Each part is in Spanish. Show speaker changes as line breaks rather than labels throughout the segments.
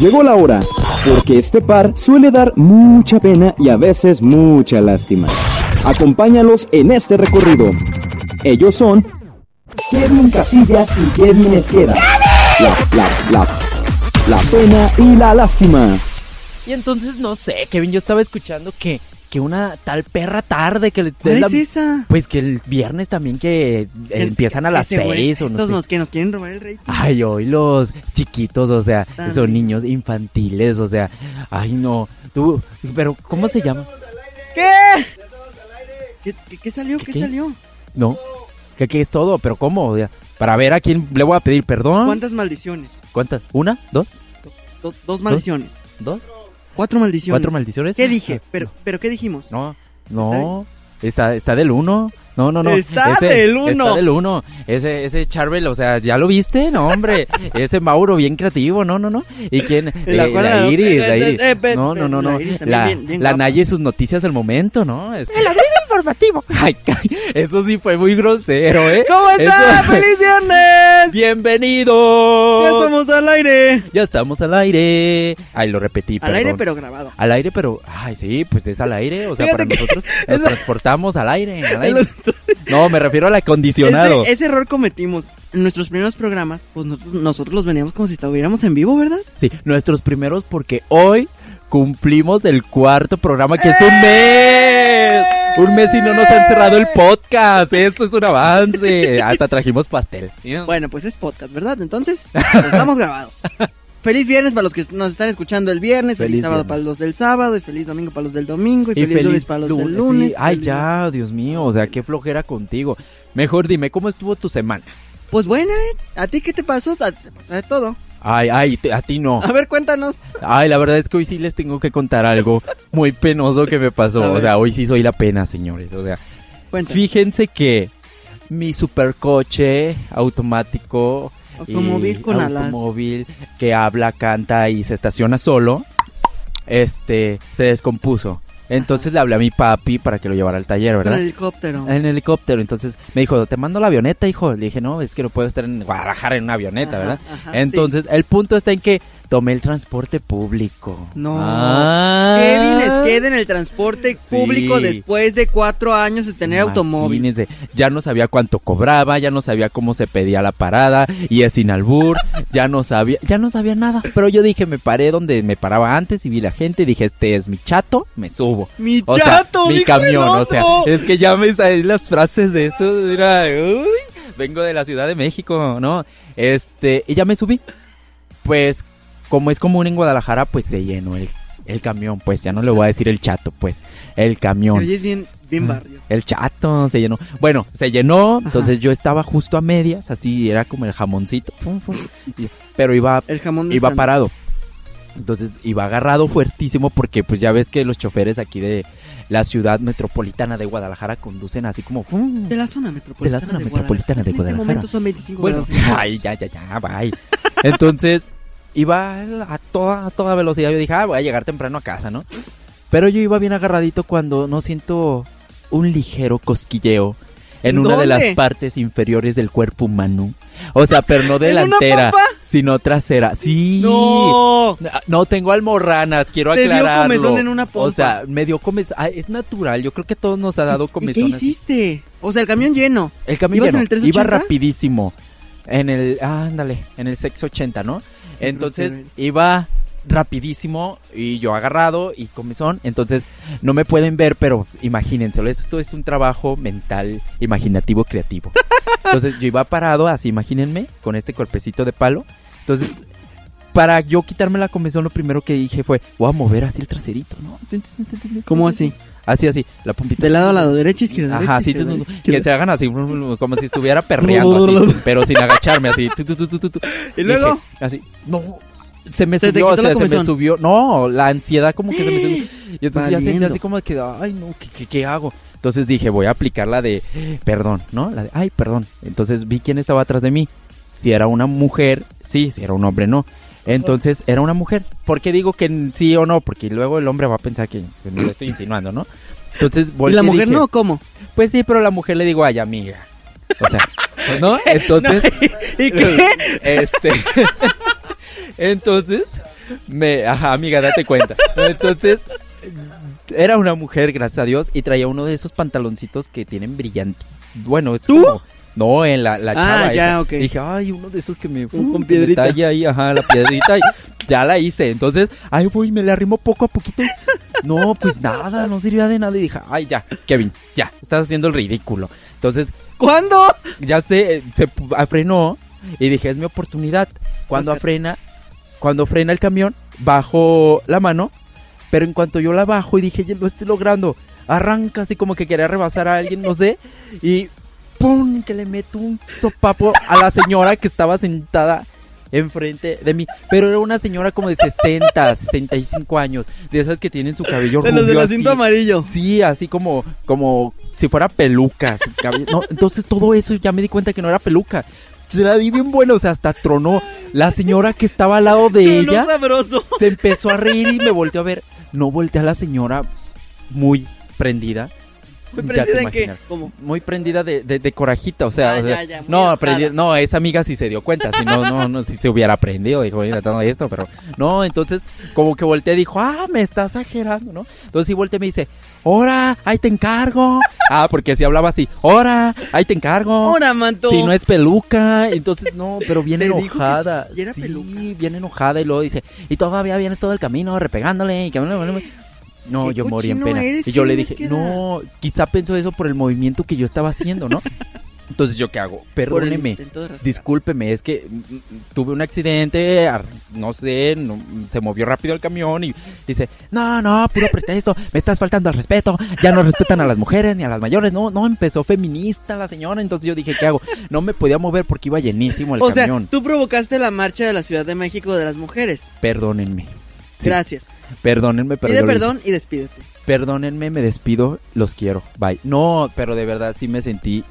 Llegó la hora, porque este par suele dar mucha pena y a veces mucha lástima. Acompáñalos en este recorrido. Ellos son Kevin Casillas y Kevin Esqueda. La, la, la, la pena y la lástima.
Y entonces, no sé, Kevin, yo estaba escuchando que, que una tal perra tarde que le...
¿Cuál
es la-
es esa?
Pues que el viernes también que eh, empiezan a las
Ese güey,
seis o no
estos
sé.
nos- que nos quieren robar el rating.
Ay, hoy los chiquitos, o sea,
También.
son niños infantiles, o sea, ay no, tú, pero ¿cómo se llama?
¿Qué? ¿Qué, qué, qué salió? ¿Qué,
¿Qué?
salió?
No, que que es todo, pero ¿cómo? O sea, para ver a quién le voy a pedir perdón.
¿Cuántas maldiciones?
¿Cuántas? ¿Una? ¿Dos?
Do- dos maldiciones.
¿Dos?
Cuatro maldiciones.
¿Cuatro maldiciones? Ah,
¿Qué dije? ¿Pero, pero qué dijimos?
No, no, está, está del uno. No, no, no.
Está del uno.
Está del uno. Ese, ese Charvel, o sea, ¿ya lo viste? No, hombre. ese Mauro, bien creativo, no, no, no. ¿Y quién? Eh,
Juana,
la
no.
Iris,
Eh,
la
eh,
Iris.
eh, eh,
No, no, no,
la
no.
Iris también
La,
bien- bien
la
guapa.
Naye y sus noticias del momento, ¿no? El ladrillo informativo. Ay, ay, eso sí fue muy grosero, ¿eh?
¿Cómo está?
Eso-
¡Feliz viernes!
¡Bienvenidos!
Ya estamos al aire.
Ya estamos al aire. Ay, lo repetí,
Al aire,
perdón.
pero grabado.
Al aire, pero, ay, sí, pues es al aire, o sea,
Fíjate
para
que
nosotros nos
eso-
transportamos al aire, al aire. No, me refiero al acondicionado.
Ese, ese error cometimos. En nuestros primeros programas, pues nosotros, nosotros los veníamos como si estuviéramos en vivo, ¿verdad?
Sí, nuestros primeros porque hoy cumplimos el cuarto programa que es un mes. Un mes y no nos han cerrado el podcast, eso es un avance. Hasta trajimos pastel.
Bueno, pues es podcast, ¿verdad? Entonces, pues, estamos grabados. Feliz viernes para los que nos están escuchando el viernes, feliz,
Feliz
sábado
viernes.
para los del sábado, y feliz domingo para los del domingo, y, feliz, lunes para los del
lunes,
lunes.
sí. Ay,
feliz-
ya, Dios mío, o sea, qué flojera contigo. Mejor dime, ¿cómo estuvo tu semana?
Pues buena, ¿eh? ¿A ti qué te pasó? A- Te pasa de todo.
Ay, ay, te- a ti no.
A ver, cuéntanos.
Ay, la verdad es que hoy sí les tengo que contar algo muy penoso que me
A
pasó.
ver.
O sea, hoy sí soy la pena, señores. O sea,
Cuéntanos.
fíjense que mi supercoche automático. y
Automóvil con alas.
Automóvil que habla, canta y se estaciona solo. Este, se descompuso. Entonces le hablé a mi papi para que lo llevara al taller,
Con
¿verdad?
el helicóptero.
En helicóptero. Entonces me dijo, te mando la avioneta, hijo. Le dije, no, es que no puedo estar en Guadalajara en una avioneta,
Ajá,
¿verdad?
ajá, Ah, sí.
Entonces, el punto está en que tomé el transporte público.
No.
Ah.
Kevin les queda en el transporte público
Sí.
después de cuatro años de tener automóvil.
Imagínense, Ya no sabía cuánto cobraba, ya no sabía cómo se pedía la parada, y es sin albur, ya no sabía, ya no sabía nada. Pero yo dije, me paré donde me paraba antes y vi la gente, y dije, este es mi chato, me subo.
Mi
O sea,
chato,
mi
dijo
camión,
el
o sea,
otro.
es que ya me salen las frases de eso, mira, uy, vengo de la Ciudad de México, ¿no? Este, y ya me subí. Pues, como es común en Guadalajara, pues se llenó el, el camión, pues, ya no le voy a decir el chato, pues, el camión.
Oye, es bien, bien barrio.
El chato se llenó. Bueno, se llenó, entonces yo estaba justo a medias, así era como el jamoncito. fum, fum, y- pero iba
El jamón del
iba
sándwich.
parado. Entonces iba agarrado fuertísimo porque pues ya ves que los choferes aquí de la ciudad metropolitana de Guadalajara conducen así como... ¡fum!
De la zona metropolitana.
De la zona
de
metropolitana de
En este
Guadalajara.
momento son 25
Bueno,
grados centígrados.
ay, ya, ya, ya, bye. Entonces iba a toda, a toda velocidad. Yo dije, ah, voy a llegar temprano a casa, ¿no? Pero yo iba bien agarradito cuando no siento un ligero cosquilleo en una de
¿Dónde?
las partes inferiores del cuerpo humano. O sea, pero no
¿En una
delantera,
papa?
sino trasera. Sí.
No.
Ah, No tengo almorranas, quiero
Te dio
aclararlo.
comezón en una pompa.
O sea, me dio comezón. Ah, es natural, yo creo que a todos nos ha dado
¿Y qué
comezón. así.
hiciste? O sea, el camión lleno.
El camión
¿Ibas
lleno.
en el 380?
iba rapidísimo. En el, ah, ándale, en el 680, ¿no?
Qué
Entonces
grosero eres.
iba rapidísimo y yo agarrado y comezón. Entonces no me pueden ver, pero imagínenselo. Esto es un trabajo mental, imaginativo, creativo. Entonces yo iba parado, así imagínense, con este cuerpecito de palo. Entonces, para yo quitarme la comezón, lo primero que dije fue, voy a mover así el traserito, ¿no?
¿Cómo así?
Así, así, la pompita.
De lado a lado, derecha, izquierda.
Ajá,
derecha,
sí,
izquierda,
tú-
derecha,
que
izquierda.
se hagan así, como si estuviera perreando, así, pero sin agacharme, así. tu, tu, tu, tu, tu, tu.
Y luego,
Dije, así, no, se me
Se te
subió, o
quitó la
sea, se me
comezón.
subió, no, la ansiedad como que se me subió. Y entonces ya sentí
Valiendo.
así como que, ay, no, ¿qué, qué, qué hago? Entonces dije, voy a aplicar la de, perdón, ¿no? La de, ay, perdón. Entonces vi quién estaba atrás de mí. Si era una mujer, sí, si era un hombre, no. Entonces era una mujer. ¿Por qué digo que n- sí o no? Porque luego el hombre va a pensar que que me lo estoy insinuando, ¿no? Entonces
¿y
volteé
la
y
mujer
dije,
no? ¿Cómo?
pues sí, pero la mujer le digo, ay, amiga. O sea, ¿no? Entonces.
¿Y qué?
Este. Entonces, me, ajá, amiga, date cuenta. Entonces, era una mujer, gracias a Dios, y traía uno de esos pantaloncitos que tienen brillante. Bueno, es
¿Tú?
como- no, en la, la
Ah,
chava
ya,
esa.
ok.
Dije, ay, uno de esos que me
Con
que me
piedrita.
talla ahí, ajá, la piedrita, y ya la hice. Entonces, ay, voy, me la arrimo poco a poquito. No, pues nada, no sirvió de nada. Y dije, ay, ya, Kevin, ya, estás haciendo el ridículo. Entonces,
¿Cuándo?
ya se, se pu- ah, frenó y dije, es mi oportunidad. Cuando
Busca-
frena, cuando frena el camión, bajo la mano, pero en cuanto yo la bajo y dije, ya lo estoy logrando, arranca así como que quería rebasar a alguien, no sé, y ¡pum! que le meto un sopapo a la señora que estaba sentada enfrente de mí, pero era una señora como de 60, 65 años, de esas que tienen su cabello
De
rubio
los de la
así.
cinta amarillo.
Sí, así como, como si fuera peluca. su cabello. No, entonces todo eso ya me di cuenta que no era peluca. Se la di bien buena, o sea, hasta tronó. La señora que estaba al lado de
Pero no
ella
sabroso.
se empezó a reír y me volteó a ver. No volteé a la señora muy prendida.
Muy
Ya te
prendida en qué.
imaginas.
¿Cómo?
Muy prendida de, de, de corajita, o sea,
Ah,
o sea,
ya, ya, muy
no,
enojada.
prendida- no, esa amiga sí se dio cuenta, si no, no, no, si se hubiera aprendido, dijo, mira, todo esto, pero no, entonces como que volteé y dijo, ah, me está exagerando, ¿no? Entonces sí volteé y me dice, ¡hora! ¡Ahí te encargo! Ah, porque si hablaba así, ¡hora! ¡Ahí te encargo!
Ahora, manto.
Si no es peluca, entonces no, pero bien
Le dijo que
enojada.
sí, y era
sí,
peluca.
bien enojada y luego dice, y todavía vienes todo el camino repegándole y que... No,
Qué
yo morí en
cochino
pena.
eres,
y yo
¿qué
le
más
dije,
queda?
no, quizá pensó eso por el movimiento que yo estaba haciendo, ¿no? Entonces, ¿yo qué hago?
Por el
Perdóneme,
intento de rascar.
discúlpeme, es que mm, mm, tuve un accidente, ar- no sé, no- mm, se movió rápido el camión y dice, no, no, puro pretexto, me estás faltando al respeto, ya no respetan a las mujeres ni a las mayores, no, no, empezó feminista la señora, entonces yo dije, ¿qué hago? No me podía mover porque iba llenísimo el
O sea,
camión.
tú provocaste la marcha de la Ciudad de México de las mujeres.
Perdónenme, Sí.
Gracias.
perdónenme, pero
Pide
yo lo hice.
perdón y despídete.
Perdónenme, me despido, los quiero, bye. No, pero de verdad sí me sentí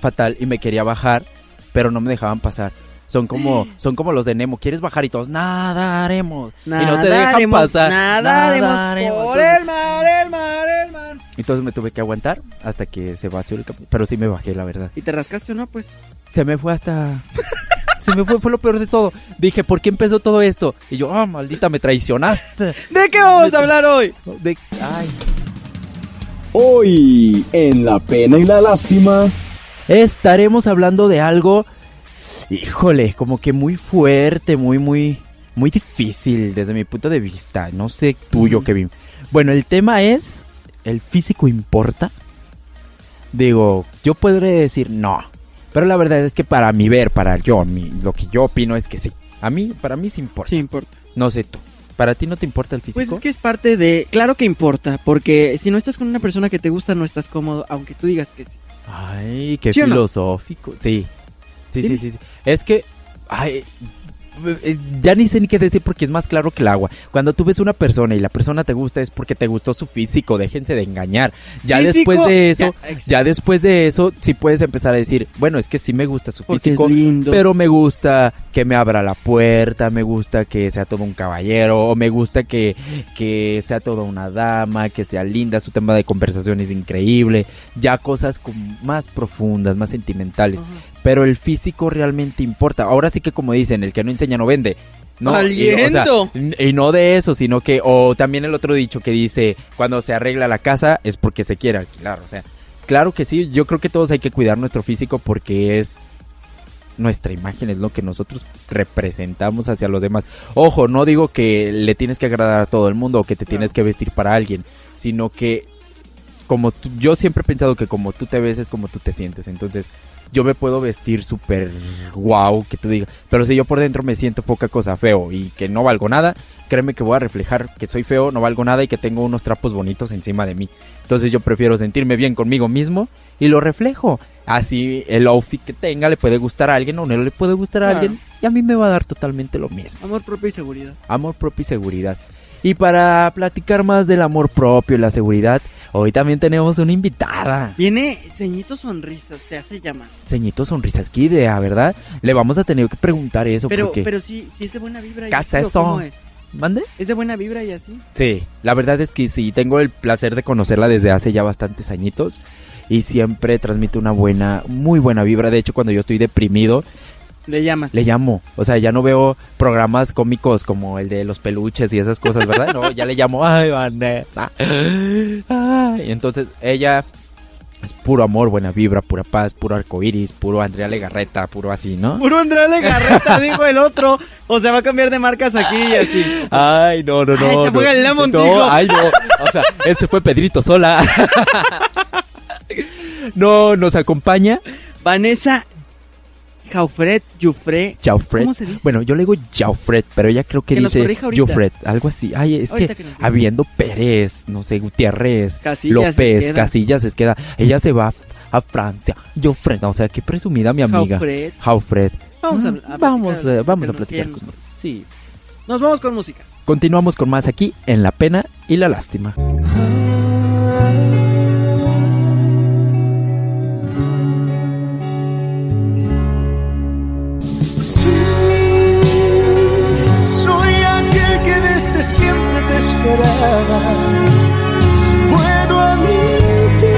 fatal y me quería bajar, pero no me dejaban pasar. Son como, son como los de Nemo, quieres bajar y todos, nada haremos. Y no te dejan
Nadaremos,
pasar.
nadaremos
"Nadaremos".
por
Entonces,
el mar, el mar, el mar.
entonces me tuve que aguantar hasta que se vació el camión. Pero sí me bajé, la verdad.
¿Y te rascaste o no, pues?
Se me fue hasta... Se me fue, fue lo peor de todo. Dije, ¿por qué empezó todo esto? Y yo, ah, maldita, me traicionaste.
¿De qué vamos a hablar hoy?
De- Ay.
Hoy, en La Pena y la Lástima,
estaremos hablando de algo, híjole, como que muy fuerte, muy, muy, muy difícil desde mi punto de vista. No sé tuyo, Kevin. Bueno, el tema es, ¿el físico importa? Digo, yo podré decir no, pero la verdad es que para mi ver, para yo, mi- lo que yo opino es que sí. A mí, para mí sí importa.
importa.
No sé tú. ¿Para ti no te importa el físico?
Pues es que es parte de... Claro que importa, porque si no estás con una persona que te gusta, no estás cómodo, aunque tú digas que sí.
Ay, qué
¿Sí o no?
filosófico. Sí. Sí, sí,
Dime.
sí, sí. Es que. Ay. eh, Ya ni sé ni qué decir porque es más claro que el agua. Cuando tú ves una persona y la persona te gusta es porque te gustó su físico, déjense de engañar. Ya
Físico,
después de eso,
ya, exacto.
ya, después de eso, sí puedes empezar a decir, bueno, es que sí me gusta su
Porque es
físico,
lindo.
pero me gusta que me abra la puerta, me gusta que sea todo un caballero, o me gusta que, que sea toda una dama, que sea linda, su tema de conversación es increíble, ya cosas con- más profundas, más sentimentales.
Ajá.
Pero el físico realmente importa. Ahora sí que como dicen, el que no enseña no vende. No, y, o sea,
¡Aliento!
y no de eso, sino que, o también el otro dicho que dice, cuando se arregla la casa es porque se quiere alquilar, o sea, claro que sí, yo creo que todos hay que cuidar nuestro físico porque es nuestra imagen, es lo que nosotros representamos hacia los demás. Ojo, no digo que le tienes que agradar a todo el mundo o que te
Claro.
tienes que vestir para alguien, sino que como tú- yo siempre he pensado que como tú te ves es como tú te sientes, entonces yo me puedo vestir súper guau, que tú digas, pero si yo por dentro me siento poca cosa feo y que no valgo nada, créeme que voy a reflejar que soy feo, no valgo nada y que tengo unos trapos bonitos encima de mí. Entonces yo prefiero sentirme bien conmigo mismo y lo reflejo. Así el outfit que tenga le puede gustar a alguien o no le puede gustar a
Claro.
alguien y a mí me va a dar totalmente lo mismo
Amor propio y seguridad.
amor propio y seguridad. Y para platicar más del amor propio y la seguridad, hoy también tenemos una invitada.
Viene ceñito sonrisa, se hace llamar.
Ceñito Sonrisas, qué idea, ¿verdad? Le vamos a tener que preguntar eso
Pero,
porque...
pero sí, sí es de buena vibra. y
Casa
así, ¿o
eso.
¿Cómo es?
¿Mande?
¿Es de buena vibra y así?
Sí, la verdad es que sí, tengo el placer de conocerla desde hace ya bastantes añitos y siempre transmite una buena, muy buena vibra. De hecho, cuando yo estoy deprimido,
Le llamas.
Le llamo. O sea, ya no veo programas cómicos como el de los peluches y esas cosas, ¿verdad? No, ya le llamo. Ay, Vanessa. Ay, entonces, ella es puro amor, buena vibra, pura paz, puro arcoiris, puro Andrea Legarreta, puro así, ¿no?
Puro Andrea Legarreta, dijo el otro. O sea, va a cambiar de marcas aquí y así.
Ay, no, no, no.
Ay, se
no.
fue Galilea Montijo.
No, ay, no. O sea, ese fue Pedrito Sola. No, nos acompaña
Vanessa Jaufret, Jufre.
Jaufret.
¿Cómo se dice?
Bueno, yo le digo Jaufret, pero ella creo que,
Que nos
dice
corrija ahorita.
Jaufret, algo así. Ay, es
Ahorita
que,
que nos diga.
habiendo Pérez, no sé, Gutiérrez,
Casillas
López,
Esqueda.
Casillas, se queda. Ella se va a Francia. Jaufret, o sea, qué presumida mi amiga.
Jaufret.
Jaufret.
Vamos a,
Mm,
a
vamos,
platicar,
eh, vamos a
que nos- que
platicar.
nos-
con- Sí.
Nos vamos con música.
Continuamos con más aquí en La Pena y la Lástima.
Sí, soy aquel que desde siempre te esperaba. Puedo admitir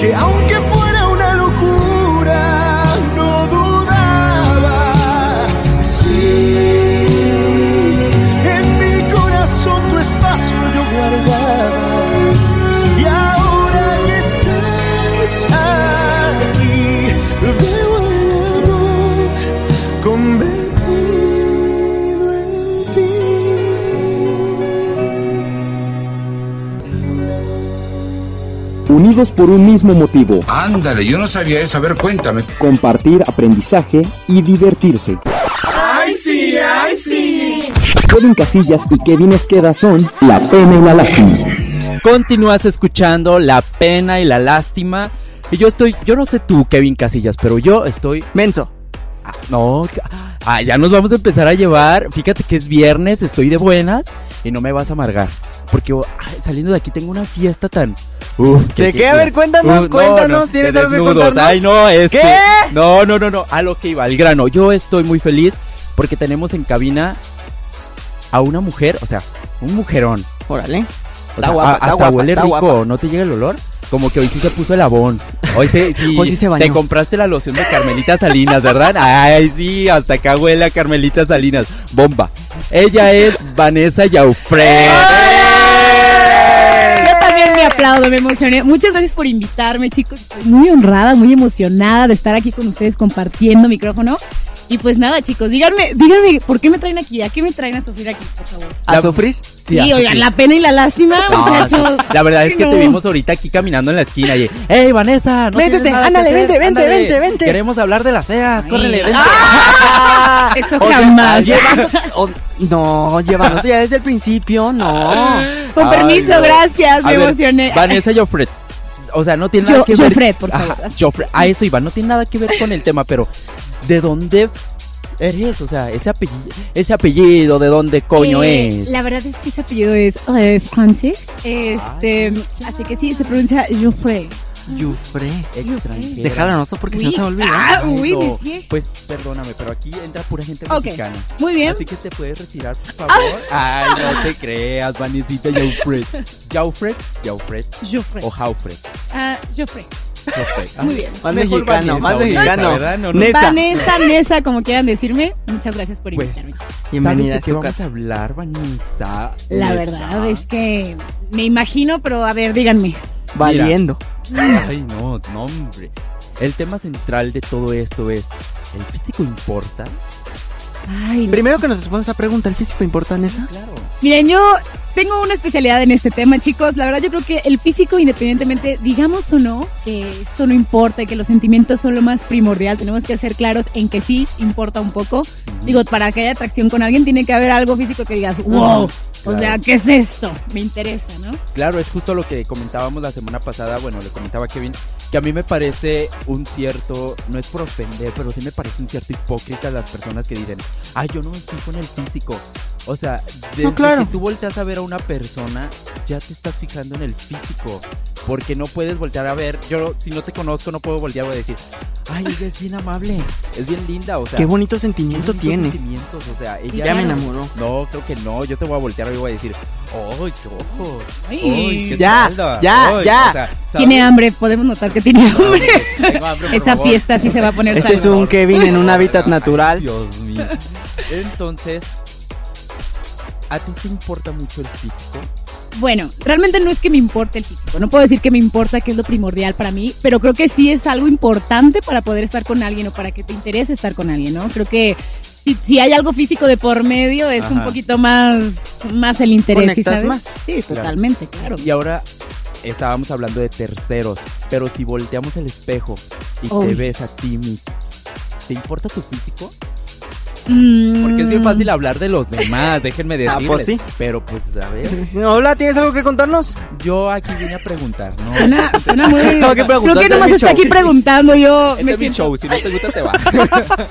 que aunque fuera una locura, no dudaba. Sí, en mi corazón tu espacio yo guardaba. Y ahora que estás aquí, veo el amor convertido en ti.
Unidos por un mismo motivo,
Ándale, yo no sabía eso. A ver, cuéntame.
compartir aprendizaje y divertirse.
¡Ay, sí, ay, sí!
Kevin Casillas y Kevin Esqueda son La Pena y la Lástima.
Continúas escuchando La Pena y la Lástima. Y yo estoy, yo no sé tú, Kevin Casillas, pero yo estoy
Menso.
Ah, No, ca- ah, ya nos vamos a empezar a llevar. Fíjate que es viernes, estoy de buenas y no me vas a amargar. Porque oh, ay, saliendo de aquí tengo una fiesta tan. Uf,
¿De qué? A ver, cuéntanos, cuéntanos, ¿tienes
de
algo que
desnudos.
contarnos?
Ay, no, este.
¿Qué?
No, no, no, no. A lo que iba, al grano. Yo estoy muy feliz porque tenemos en cabina a una mujer, o sea, un mujerón.
Órale.
O
Está
sea,
guapa,
a-
está
hasta
guapa,
huele
está
rico,
guapa.
¿no te llega el olor? Como que hoy sí se puso el abón. Hoy, sí- sí,
Hoy sí se bañó.
Te compraste la loción de Carmelita Salinas, ¿verdad? Ay, sí, hasta acá huele a Carmelita Salinas. Bomba. Ella es Vanessa Yaufre.
Yo también me aplaudo, me emocioné. Muchas gracias por invitarme, chicos. Estoy muy honrada, muy emocionada de estar aquí con ustedes compartiendo micrófono. Y pues nada, chicos, díganme, díganme, ¿por qué me traen aquí? ¿A qué me traen a sufrir aquí, por favor?
¿A
La-
sufrir?
Sí,
así
oigan,
que-
la pena y la lástima,
No,
muchachos.
La verdad es que
No.
te vimos ahorita aquí caminando en la esquina y, hey Vanessa, no
Véntete,
tienes nada que
ándale,
hacer,
vente, vente,
ándale.
vente, vente.
Queremos hablar de las feas,
Ay.
córrele, vente.
¡Ah! Eso
O sea,
jamás.
llevando- o- no, llevando ya desde el principio, no.
Con
Ay,
permiso,
no.
gracias,
A
me
ver,
emocioné.
Vanessa Joffred. O sea, no tiene nada
Jo-
que ver.
Joffred, por favor.
Ajá, Joffred. A eso iba, no tiene nada que ver con el tema, pero ¿de dónde eres? O sea, ese apellido, ese apellido ¿de dónde coño
Eh,
es?
La verdad es que ese apellido es eh, Francis. Este, así que sí, se pronuncia Joffre.
Yufre.
Extranjera.
Déjala a nosotros porque se
Uy.
nos olvida.
Ah,
Ay,
uy,
no.
decía.
Pues perdóname, pero aquí entra pura gente
Ok, Ah.
mexicana.
Muy bien.
Así que te puedes retirar, por favor. Ay, no te creas, Vanesita Jaufred. Jaufred, Jaufred
Joffre.
o Jaufred. Ah,
Ah, Joffre.
Joffred.
Muy bien.
Más
Mejor
mexicano,
Vanessa,
más
Vanessa,
mexicano.
¿verdad? No, no.
Neta.
Vanessa, Nessa, como quieran decirme, muchas gracias por
Pues,
invitarme.
Bienvenida a
¿Sabes de qué
tu
vamos
casa.
a hablar, Vanessa?
La
Vanessa.
verdad es que me imagino, pero a ver, díganme.
Valiendo.
Ay, no, no, hombre. El tema central de todo esto es: ¿el físico importa?
Ay, no.
Primero que nos responda esa pregunta, ¿el físico importa en esa?
Claro.
Miren, yo tengo una especialidad en este tema, chicos. La verdad, yo creo que el físico, independientemente, digamos o no, que esto no importa y que los sentimientos son lo más primordial, tenemos que ser claros en que sí importa un poco. Digo, para que haya atracción con alguien, tiene que haber algo físico que digas, wow, o
Claro.
sea, ¿qué es esto? Me interesa, ¿no?
Claro, es justo lo que comentábamos la semana pasada. Bueno, le comentaba a Kevin que a mí me parece un cierto, no es por ofender, pero sí me parece un cierto hipócrita las personas que dicen: Ay, yo no me fijo en el físico. O sea, desde
claro.
que tú volteas a ver a una persona, ya te estás fijando en el físico. Porque no puedes voltear a ver. Yo, si no te conozco, no puedo voltear a decir, ay, ella es bien amable, es bien linda. O sea,
Qué bonito
qué
sentimiento
bonitos
tiene.
sentimientos, o sea, ella.
Ya me enamoró.
No, creo que no. Yo te voy a voltear y voy a decir, ¡ay, qué ojos!
Ay.
¡Ay, qué
Ya,
espalda!
ya,
¡Ay!
ya.
O sea, ¿sabes?
Tiene hambre, podemos notar que tiene
No,
hambre.
tengo hambre, por
Esa
favor.
fiesta sí se va a poner
Este
salva.
es un Kevin en un hábitat
Ay,
natural.
Dios mío. Entonces, ¿a ti te importa mucho el físico?
Bueno, realmente no es que me importe el físico. No puedo decir que me importa, que es lo primordial para mí, pero creo que sí es algo importante para poder estar con alguien o para que te interese estar con alguien, ¿no? Creo que si, si hay algo físico de por medio es un
Ajá.
poquito más, más el interés, ¿sí
Conectas
¿sabes?
más.
Sí, totalmente, claro.
Y ahora estábamos hablando de terceros, pero si volteamos el espejo y
Uy.
te ves a ti mismo, ¿te importa tu físico?
Mm.
Porque es bien fácil hablar de los demás, déjenme
Ah,
decirles.
pues sí.
Pero pues, a ver,
Hola, ¿tienes algo que contarnos?
yo aquí vine a preguntar, ¿no?
Suena, suena muy...
Tengo que preguntar,
Creo que
este
nomás
es mi
está
show.
aquí preguntando yo.
Este
me
es mi
siento-
show, si no te gusta te va.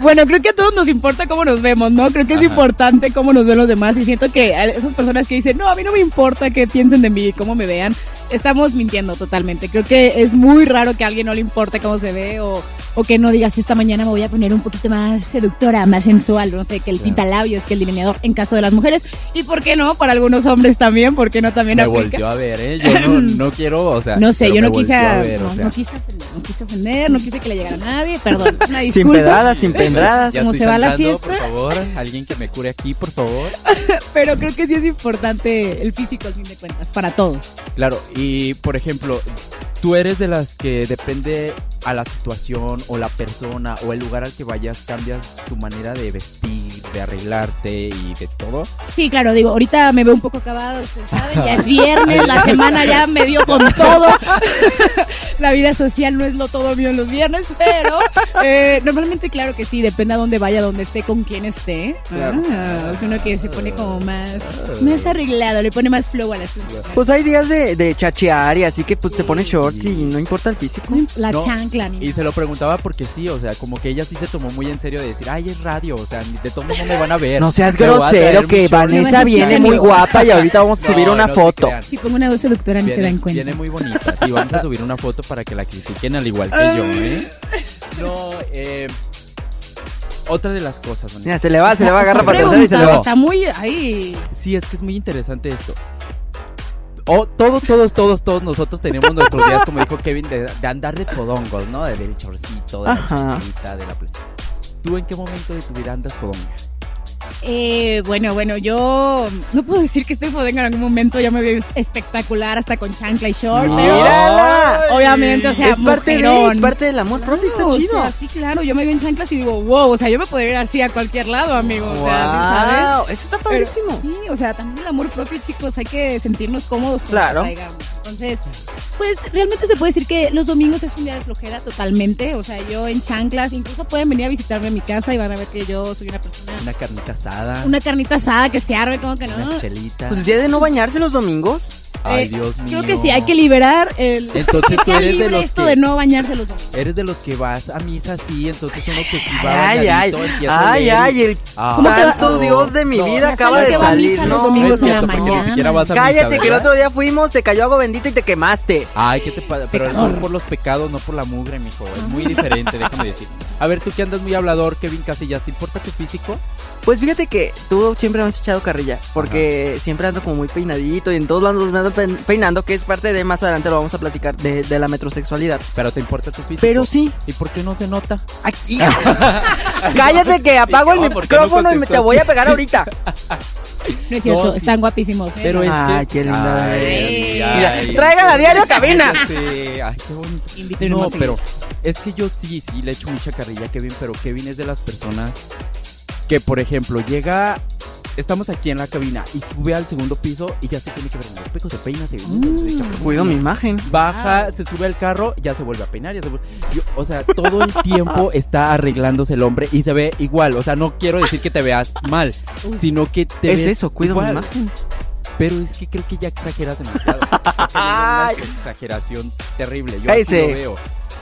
Bueno, creo que a todos nos importa cómo nos vemos, ¿no? Creo que es
Ajá.
importante cómo nos ven los demás y siento que a esas personas que dicen, no, a mí no me importa qué piensen de mí, cómo me vean, estamos mintiendo totalmente. Creo que es muy raro que a alguien no le importe cómo se ve o, o que no digas, esta mañana me voy a poner un poquito más seductora, más sensual, no sé, que el pintalabios, que el delineador, en caso de las mujeres. ¿Y por qué no? Para algunos hombres también, ¿por qué no también
me
aplica?
volteó a ver, ¿eh? Yo no, no quiero, o sea.
No sé,
pero
yo
me
no quise,
volteó a
a-
ver,
no,
o sea,
no quise ofender, no quise ofender, no quise que le llegara a nadie, perdón, una
Sin
disculpa.
pedradas, sin pedradas.
ya
¿Cómo
estoy
se va la
sangrando,
fiesta?
Por favor, alguien que me cure aquí, por favor.
Pero creo que sí es importante el físico al fin de cuentas, para todos.
Claro, y por ejemplo, tú eres de las que depende a la situación o la persona o el lugar al que vayas, cambias tu manera de vestir, de arreglarte y de todo.
Sí, claro, digo, ahorita me veo un poco acabado, ustedes saben, ya es viernes, la semana ya me dio con todo. la vida social no es lo todo mío en los viernes, pero eh, normalmente claro que sí, depende a dónde vaya, dónde esté, con quién esté.
Claro.
Ah, es uno que se pone como más, más arreglado, le pone más flow al asunto.
Pues hay días de, de chachear y así que pues te pones short
Sí.
y no importa el físico.
La
No,
chancla, ni
Y se lo preguntaba porque sí, o sea, como que ella sí se tomó muy en serio de decir, ay, es radio, o sea, ni de todo no me van a ver.
No seas
Me voy a traer
grosero
mi
que
short".
No me
Vanessa
estés
viene muy
escuchando.
guapa y ahorita vamos a
No,
subir una
no se
foto.
crean.
Si pongo una voz seductora ni se dan
Viene,
cuenta.
viene muy bonita. Sí, vamos a subir una foto para que la critiquen al igual que yo, ¿eh? No, eh. Otra de las cosas, Vanessa.
Mira, se le va, se le va, agarra
Está
para atrás y se le
preguntado,
va.
Está muy ahí.
Sí, es que es muy interesante esto. O todos, todos, todos, todos nosotros tenemos nuestros días, como dijo Kevin, de, de andar de podongos, ¿no? De- Del chorcito, de
Ajá.
la chiquita, de la... pla- ¿Tú en qué momento de tu vida andas podonga?
Eh, bueno, bueno, yo no puedo decir que estoy fodenga en algún momento, yo me veo espectacular hasta con chancla y short,
Ah.
pero
¡Mírala!
obviamente, o sea,
Es parte, de,
mujerón.
es parte del amor propio, está
Claro, o
chido.
sea, sí, claro, yo me veo en chanclas y digo, wow, o sea, yo me podría ir así a cualquier lado, amigo, o sea, ¿sí ¿sabes?
Wow, eso está
Pero-
padrísimo.
sí, o sea, también el amor propio, chicos, hay que sentirnos cómodos. con lo
Claro.
que traigamos. Entonces, pues realmente se puede decir que los domingos es un día de flojera totalmente. O sea, yo en chanclas, incluso pueden venir a visitarme a mi casa y van a ver que yo soy una persona.
Una carnita asada,
Una carnita asada que se arme, como que no.
unas chelitas.
Pues el día de no bañarse los domingos.
Ay,
eh,
Dios mío.
Creo que sí, hay que liberar el.
Entonces tú
Está
eres de
libre
los
esto
que...
de no bañarse los domingos.
Eres de los que vas a misa así, entonces uno que si va
Ay, ay,
bañadito empieza a
ay,
leer y-
ay, el
Ah.
¿Cómo te va-
santo Dios de mi
No,
vida
ya
acaba
sé
de
que va a misa
salir,
los
¿no?
No
domingos
es
en la
cierto, porque ni
mañana.
siquiera vas a misa,
Cállate, que el
¿verdad?
otro día fuimos, te cayó agua bendita y te quemaste.
Ay, ¿qué te pasa? Pero el amor por los pecados, no por la mugre, mijo. Es muy diferente, déjame decir. A ver, tú que andas muy hablador, Kevin Casillas, ¿te importa tu físico?
Pues fíjate que tú siempre me has echado carrilla, porque siempre ando como muy peinadito y en todos lados me ando pein- peinando, que es parte de más adelante lo vamos a platicar de, de la metrosexualidad.
Pero te importa tu físico.
Pero sí,
¿Y por qué no se nota?
aquí. Cállate que apago el
No, ¿por qué no
micrófono y me- te
contestó?
voy a pegar ahorita.
No es cierto,
No, sí.
están guapísimos. ¿eh?
Pero es
Ay,
que...
qué linda
eres.
Mira, tráigala a diario a cabina.
Sí, ay, qué bonito.
Invítenos
No,
a seguir.
pero es que yo sí, sí le echo mucha carrilla a Kevin, pero Kevin es de las personas que, por ejemplo, llega... Estamos aquí en la cabina y sube al segundo piso y ya se tiene que ver en el espejo, se peina, se... se echa
Mm, Cuido mi imagen.
Baja, se sube al carro, ya se vuelve a peinar, ya se vuelve- Yo- o sea, todo el tiempo está arreglándose el hombre y se ve igual. O sea, no quiero decir que te veas mal, sino que te
Es
ves
eso, cuido mi
igual.
imagen.
Pero es que creo que ya exageras demasiado. Es que ya es una exageración terrible. Yo
Ahí
así lo
sí.
veo.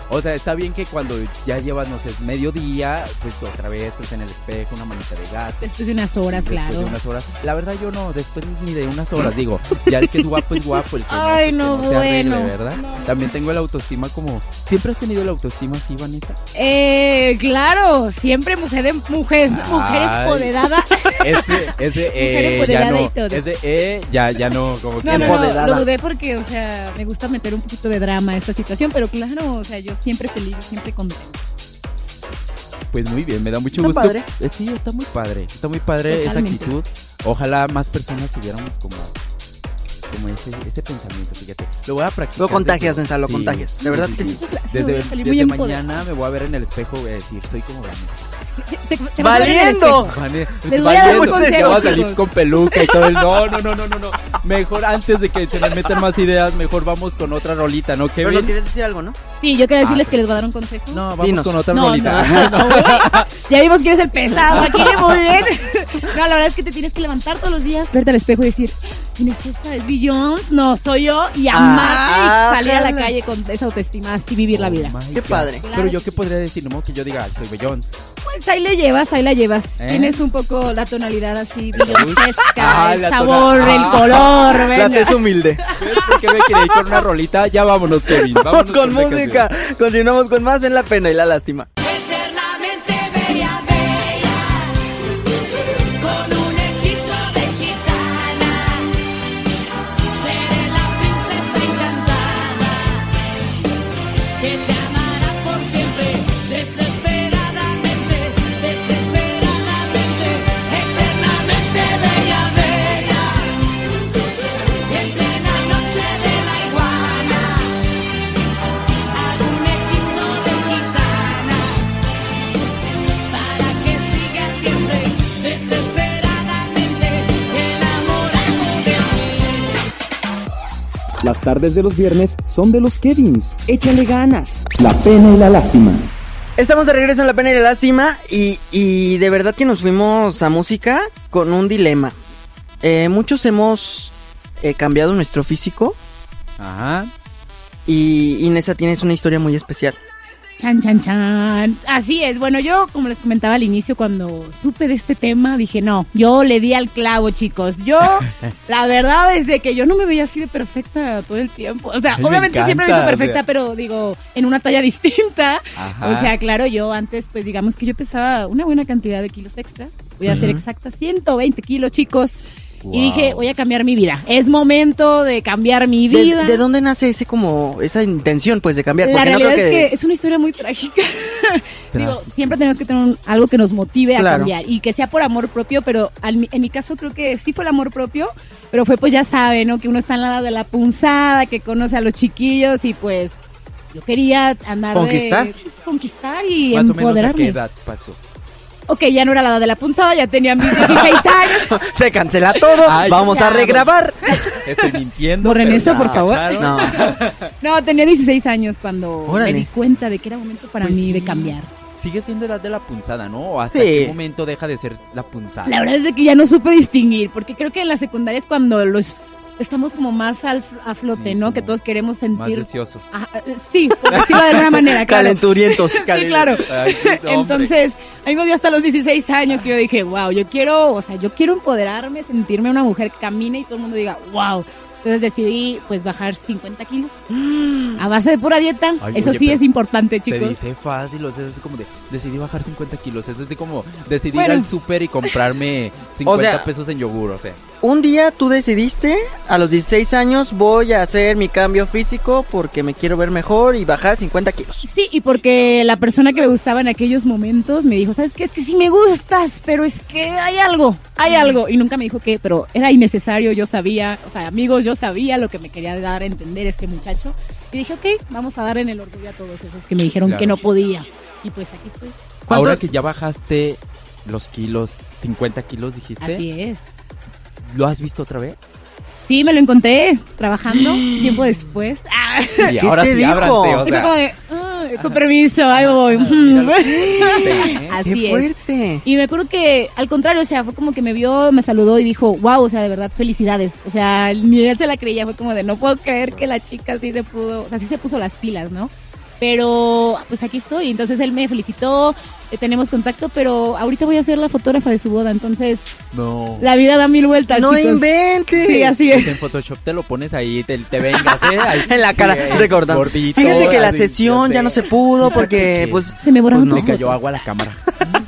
O sea, está bien que cuando ya llevas, no sé, mediodía, pues otra vez, pues en el espejo, una manita de gato.
Después de unas horas,
después
claro.
de unas horas. La verdad yo no, después ni de unas horas, digo, ya el que es guapo es guapo, el que no,
Ay,
pues, que
no,
no se arregle,
bueno.
¿verdad? También tengo la autoestima como... ¿Siempre has tenido la autoestima así, Vanessa?
Eh, claro, siempre mujer, de- mujer, mujer
Ay.
empoderada.
Ese, ese, eh, ya
empoderada y
no.
todo.
Ese, eh, ya, ya no, como que...
No, no, no,
Empoderada.
lo dudé porque, o sea, me gusta meter un poquito de drama a esta situación, pero claro, o sea, yo siempre feliz, siempre contenta.
Pues muy bien, me da mucho
Está
gusto.
padre.
Eh, sí, está muy padre. Está muy padre
Totalmente.
esa actitud. Ojalá más personas tuviéramos como, como ese, ese pensamiento, fíjate. Lo voy a practicar.
Lo contagias,
desde-
Ensal, lo
Sí,
contagias. De verdad
sí,
que
sí.
sí.
Muchas gracias,
Desde,
voy a salir
desde
muy empoderada.
mañana me voy a ver en el espejo y voy a decir, soy como Vanessa.
Te- te vas a ver en el
¡Valiendo!
espejo.
Vane-
Les voy a dar un
Vanessa,
consejo,
ya va a
chicos.
salir con peluca y todo el... No, no, no, no, no, no. Mejor antes de que se me metan más ideas, mejor vamos con otra rolita, ¿no,
Pero
Kevin?
nos quieres decir algo, ¿no?
Sí, yo quiero decirles
Ah.
que les voy a dar un consejo.
No, vamos
Dinos.
con otra
No,
rolita.
no. Ya vimos quién es el pesado aquí, muy bien. No, la verdad es que te tienes que levantar todos los días, verte al espejo y decir, ¿quién es esta? ¿Es Billions? No, soy yo. Y amarte
Ah,
y salir a la
jala.
calle con esa autoestima, así vivir la vida.
Oh my
Qué
God.
padre.
Pero yo qué podría decir, no modo que yo diga, "Ay, soy Beyoncé.
Pues ahí le llevas, ahí la llevas.
¿Eh?
Tienes un poco la tonalidad así, Beyoncesca,
Ah,
el
la
sabor,
tona-
el
ah.
color,
La
venga.
es humilde.
¿Ves por qué me quería ir con una rolita? Ya vámonos, Kevin. Vámonos
Vamos con
una
música.
canción.
Continuamos con más en la pena y la lástima.
Eternamente bella, bella, con un hechizo de gitana, seré la princesa encantada, que te amará por siempre, desesperadamente, desesperadamente, eternamente bella, bella, y en plena noche de la iguana, algún hechizo de gitana para que siga siempre desesperadamente enamorado de mí.
Las tardes de los viernes son de los Kevins. Échale ganas. La pena y la lástima.
Estamos de regreso en la pena y la lástima y, y de verdad que nos fuimos a música con un dilema. Eh, muchos hemos eh, cambiado nuestro físico
Ajá.
y Inesa tienes una historia muy especial.
Chan, chan, chan. Así es. Bueno, yo, como les comentaba al inicio, cuando supe de este tema, dije, no, yo le di al clavo, chicos. Yo, la verdad, es de que yo no me veía así de perfecta todo el tiempo. O sea,
Ay, me
obviamente siempre me
encanta,
hice perfecta,
o sea.
pero digo, en una talla distinta.
Ajá.
O sea, claro, yo antes, pues digamos que yo pesaba una buena cantidad de kilos extra. Voy a
Sí.
ser exacta, 120 kilos, chicos.
Wow.
Y dije, voy a cambiar mi vida. Es momento de cambiar mi
¿De,
vida.
de dónde nace ese como esa intención pues de cambiar?
La
Porque no
realidad
creo
es
que,
que es una historia muy trágica. Digo,
Trágica.
siempre tenemos que tener un- algo que nos motive a
Claro.
cambiar y que sea por amor propio, pero al mi- en mi caso creo que sí fue el amor propio, pero fue pues ya sabe, ¿no? Que uno está en la edad de la punzada, que conoce a los chiquillos y pues yo quería andar de-
Conquistar.
pues, conquistar y
Más o menos a qué
empoderarme.
edad pasó.
Ok, ya no era la edad de la punzada, ya tenía mis 16 años.
se cancela todo,
Ay,
vamos a
ya.
regrabar.
Estoy mintiendo.
Borren
pero
eso,
ya
por
me
favor.
cacharon.
No,
No, tenía 16 años cuando
Órale.
me di cuenta de que era momento para
Pues
mí de
sí.
cambiar.
Sigue siendo edad de la punzada, ¿no? ¿O hasta
Sí.
qué momento deja de ser la punzada?
La verdad es de que ya no supe distinguir, porque creo que en la secundaria es cuando los estamos como más al- a flote,
Sí,
¿no?
como
Que todos queremos
Más
sentir.
deseosos.
Ajá, eh, sí, por decirlo de alguna manera, claro.
calenturientos.
Sí, claro.
Ay, sí, hombre.
Entonces, a mí me dio hasta los 16 años que yo dije, wow, yo quiero, o sea, yo quiero empoderarme, sentirme una mujer que camine y todo el mundo diga, wow. Entonces decidí, pues, bajar 50 kilos a base de pura dieta.
Ay,
Eso
oye,
sí
pero
es importante,
Se
chicos.
dice fácil, o sea, es como de decidí bajar 50 kilos, es decir, como decidí
Bueno.
ir al súper y comprarme 50
sea,
pesos en yogur, o sea.
Un día tú decidiste, a los 16 años voy a hacer mi cambio físico porque me quiero ver mejor y bajar 50 kilos.
Sí, y porque la persona que me gustaba en aquellos momentos me dijo, ¿sabes qué? Es que sí me gustas, pero es que hay algo, hay algo. Y nunca me dijo qué, pero era innecesario, yo sabía, o sea, amigos, yo sabía lo que me quería dar a entender ese muchacho. Y dije, ok, vamos a dar en el orgullo a todos esos que me dijeron
Claro.
que no podía. Y pues aquí estoy.
¿Cuánto-
Ahora que ya bajaste los kilos, 50 kilos dijiste,
Así es.
¿lo has visto otra vez?
Sí, me lo encontré trabajando tiempo después. Ah,
Y ahora
te
sí,
dijo?
ábranse, o
y fue
sea.
como de, "Ah, con permiso, ahí voy. Así
¡Qué
¿eh?
es.
fuerte!
Y me acuerdo que, al contrario, o sea, fue como que me vio, me saludó y dijo, wow, o sea, de verdad, felicidades. O sea, ni él se la creía, fue como de, no puedo creer que la chica sí se pudo, o sea, sí se puso las pilas, ¿no? Pero pues aquí estoy. Entonces él me felicitó, eh, tenemos contacto, pero ahorita voy a ser la fotógrafa de su boda. Entonces
No.
la vida da mil vueltas.
no
chicos.
inventes.
Sí, así
Pues
es.
en Photoshop te lo pones ahí, te, te vengas, ¿eh? Ahí,
En la cara,
eh,
recordando.
gordito,
Fíjate que la
así,
sesión ya no se
sé.
pudo porque, pues,
Se me borraron
Pues
Le
no.
tus fotos.
cayó agua a la cámara.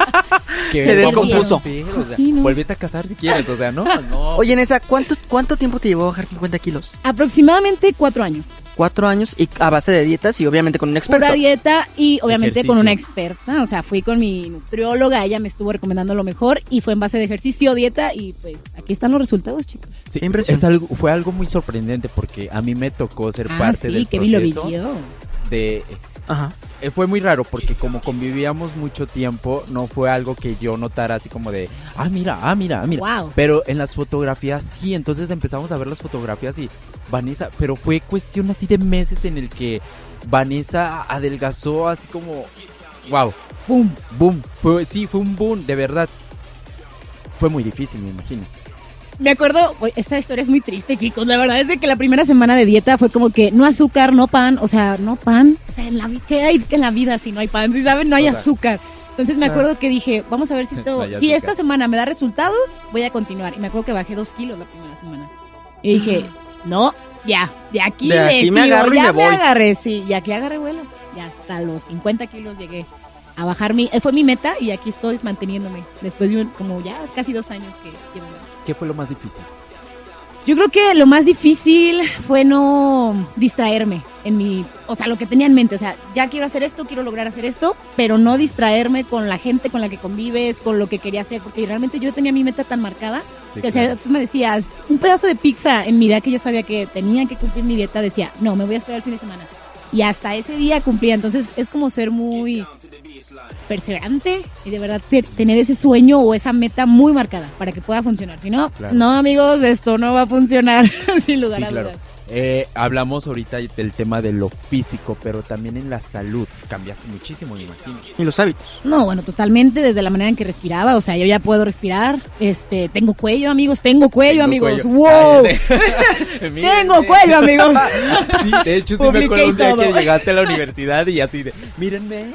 Que
Se
vamos a
descompuso.
romper, o sea,
Sí, no.
Vuélvete a casar si quieres, o sea, no, no.
oye, Nessa, ¿cuánto, ¿cuánto tiempo te llevó bajar 50 kilos?
Aproximadamente cuatro años.
Cuatro años y a base de dietas y obviamente con un experto.
Pura dieta y obviamente
Ejercicio.
con una experta. O sea, fui con mi nutrióloga, ella me estuvo recomendando lo mejor y fue en base de ejercicio, dieta y pues aquí están los resultados, chicos.
Sí,
Qué impresión.
es algo, fue algo muy sorprendente porque a mí me tocó ser
Ah,
parte
sí,
del
que vi lo
proceso
vivió.
de
Ajá.
eh, fue muy raro porque como convivíamos mucho tiempo, no fue algo que yo notara así como de, ah, mira, ah, mira, ah, mira.
Wow.
Pero en las fotografías sí, entonces empezamos a ver las fotografías y Vanessa, pero fue cuestión así de meses en el que Vanessa adelgazó así como, wow, boom, boom, fue, sí, fue un boom, de verdad. Fue muy difícil, me imagino.
Me acuerdo, oye, esta historia es muy triste, chicos. La verdad es de que la primera semana de dieta fue como que no azúcar, no pan, o sea, no pan. O sea, en la, vi- ¿qué hay en la vida si no hay pan? Si saben, no hay
O sea.
azúcar. Entonces me
Claro.
acuerdo que dije, vamos a ver si
No
esto,
hay
si
azúcar.
esta semana me da resultados, voy a continuar. Y me acuerdo que bajé dos kilos la primera semana. Y dije, no, ya, de aquí,
De aquí me
sigo,
agarro y me
ya
voy.
agarré, sí, y aquí agarré vuelo. Y hasta los 50 kilos llegué a bajar mi, eh, fue mi meta y aquí estoy manteniéndome después de un- como ya casi dos años que llevo.
¿Qué fue lo más difícil?
Yo creo que lo más difícil fue no distraerme en mi, o sea, lo que tenía en mente, o sea, ya quiero hacer esto, quiero lograr hacer esto, pero no distraerme con la gente con la que convives, con lo que quería hacer, porque realmente yo tenía mi meta tan marcada,
Sí,
que o sea,
claro.
tú me decías, un pedazo de pizza en mi día que yo sabía que tenía que cumplir mi dieta, decía, no, me voy a esperar el fin de semana. Y hasta ese día cumplía, entonces es como ser muy perseverante y de verdad te- tener ese sueño o esa meta muy marcada para que pueda funcionar. Si no,
Claro.
no amigos, esto no va a funcionar sin lugar
Sí,
a
claro.
dudas.
Eh, hablamos ahorita del tema de lo físico, pero también en la salud. Cambiaste muchísimo, me imagino.
Y los hábitos.
No, bueno, totalmente desde la manera en que respiraba, o sea, yo ya puedo respirar, este, tengo cuello, amigos, tengo
Tengo
cuello, amigos.
cuello.
¡Wow!
Cállate. Miren,
Tengo
eh.
cuello, amigos.
Sí, de hecho, sí me acuerdo
Publiqué
un día
todo.
que llegaste a la universidad y así de, mírenme.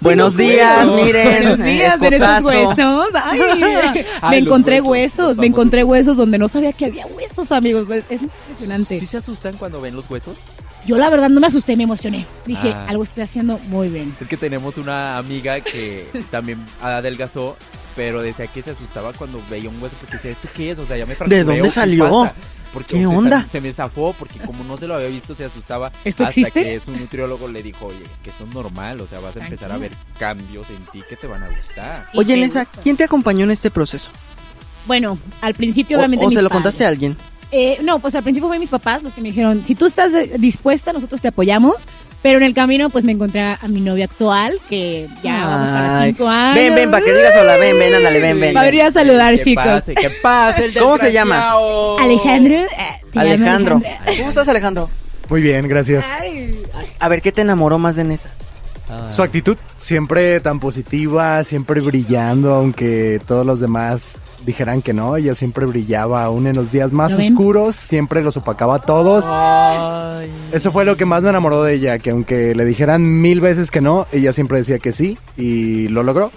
Buenos días,
puedo.
miren.
Buenos días, en esos
escotazo.
huesos. Ay, me
Ay, los
encontré
huesos,
huesos,
los
me
famosos.
encontré huesos donde no sabía que había huesos, amigos. Es, es impresionante.
¿Sí se asustan cuando ven los huesos?
Yo la verdad no me asusté, me emocioné. Dije,
Ah.
algo estoy haciendo muy bien.
Es que tenemos una amiga que también adelgazó, pero decía que se asustaba cuando veía un hueso porque decía, ¿esto qué es? O sea, ya me fracturé,
dónde
¿o qué
salió?
pasa?". Porque
¿Qué
se-
onda?
Se me zafó porque como no se lo había visto se asustaba
¿Esto
hasta
existe?
que su nutriólogo le dijo, oye, es que eso es normal, o sea, vas a empezar a ver cambios en ti que te van a gustar.
Y
Oye,
te
Nessa,
gusta.
¿quién te acompañó en este proceso?
Bueno, al principio
¿O,
obviamente
o
mis
se lo
padres.
contaste a alguien?
Eh, no, pues al principio fue mis papás los que me dijeron, si tú estás eh, dispuesta, nosotros te apoyamos. Pero en el camino, pues me encontré a a mi novio actual, que ya vamos para
Ay.
cinco años.
Ven, ven, para que digas hola, ven, ven, ándale, ven, ven.
Va a venir a saludar,
que
chicos.
Pase, que pase el
¿Cómo se llama?
desgraciado.
Alejandro. eh, te llamo
Alejandro. ¿Cómo estás, Alejandro?
Muy bien, gracias.
A ver, ¿qué te enamoró más de Nessa?
Su actitud siempre tan positiva, siempre brillando, aunque todos los demás dijeran que no, ella siempre brillaba, aún en los días más
¿Lo ven?
oscuros, siempre los opacaba a todos.
Ay.
Eso fue lo que más me enamoró de ella, que aunque le dijeran mil veces que no, ella siempre decía que sí y lo logró.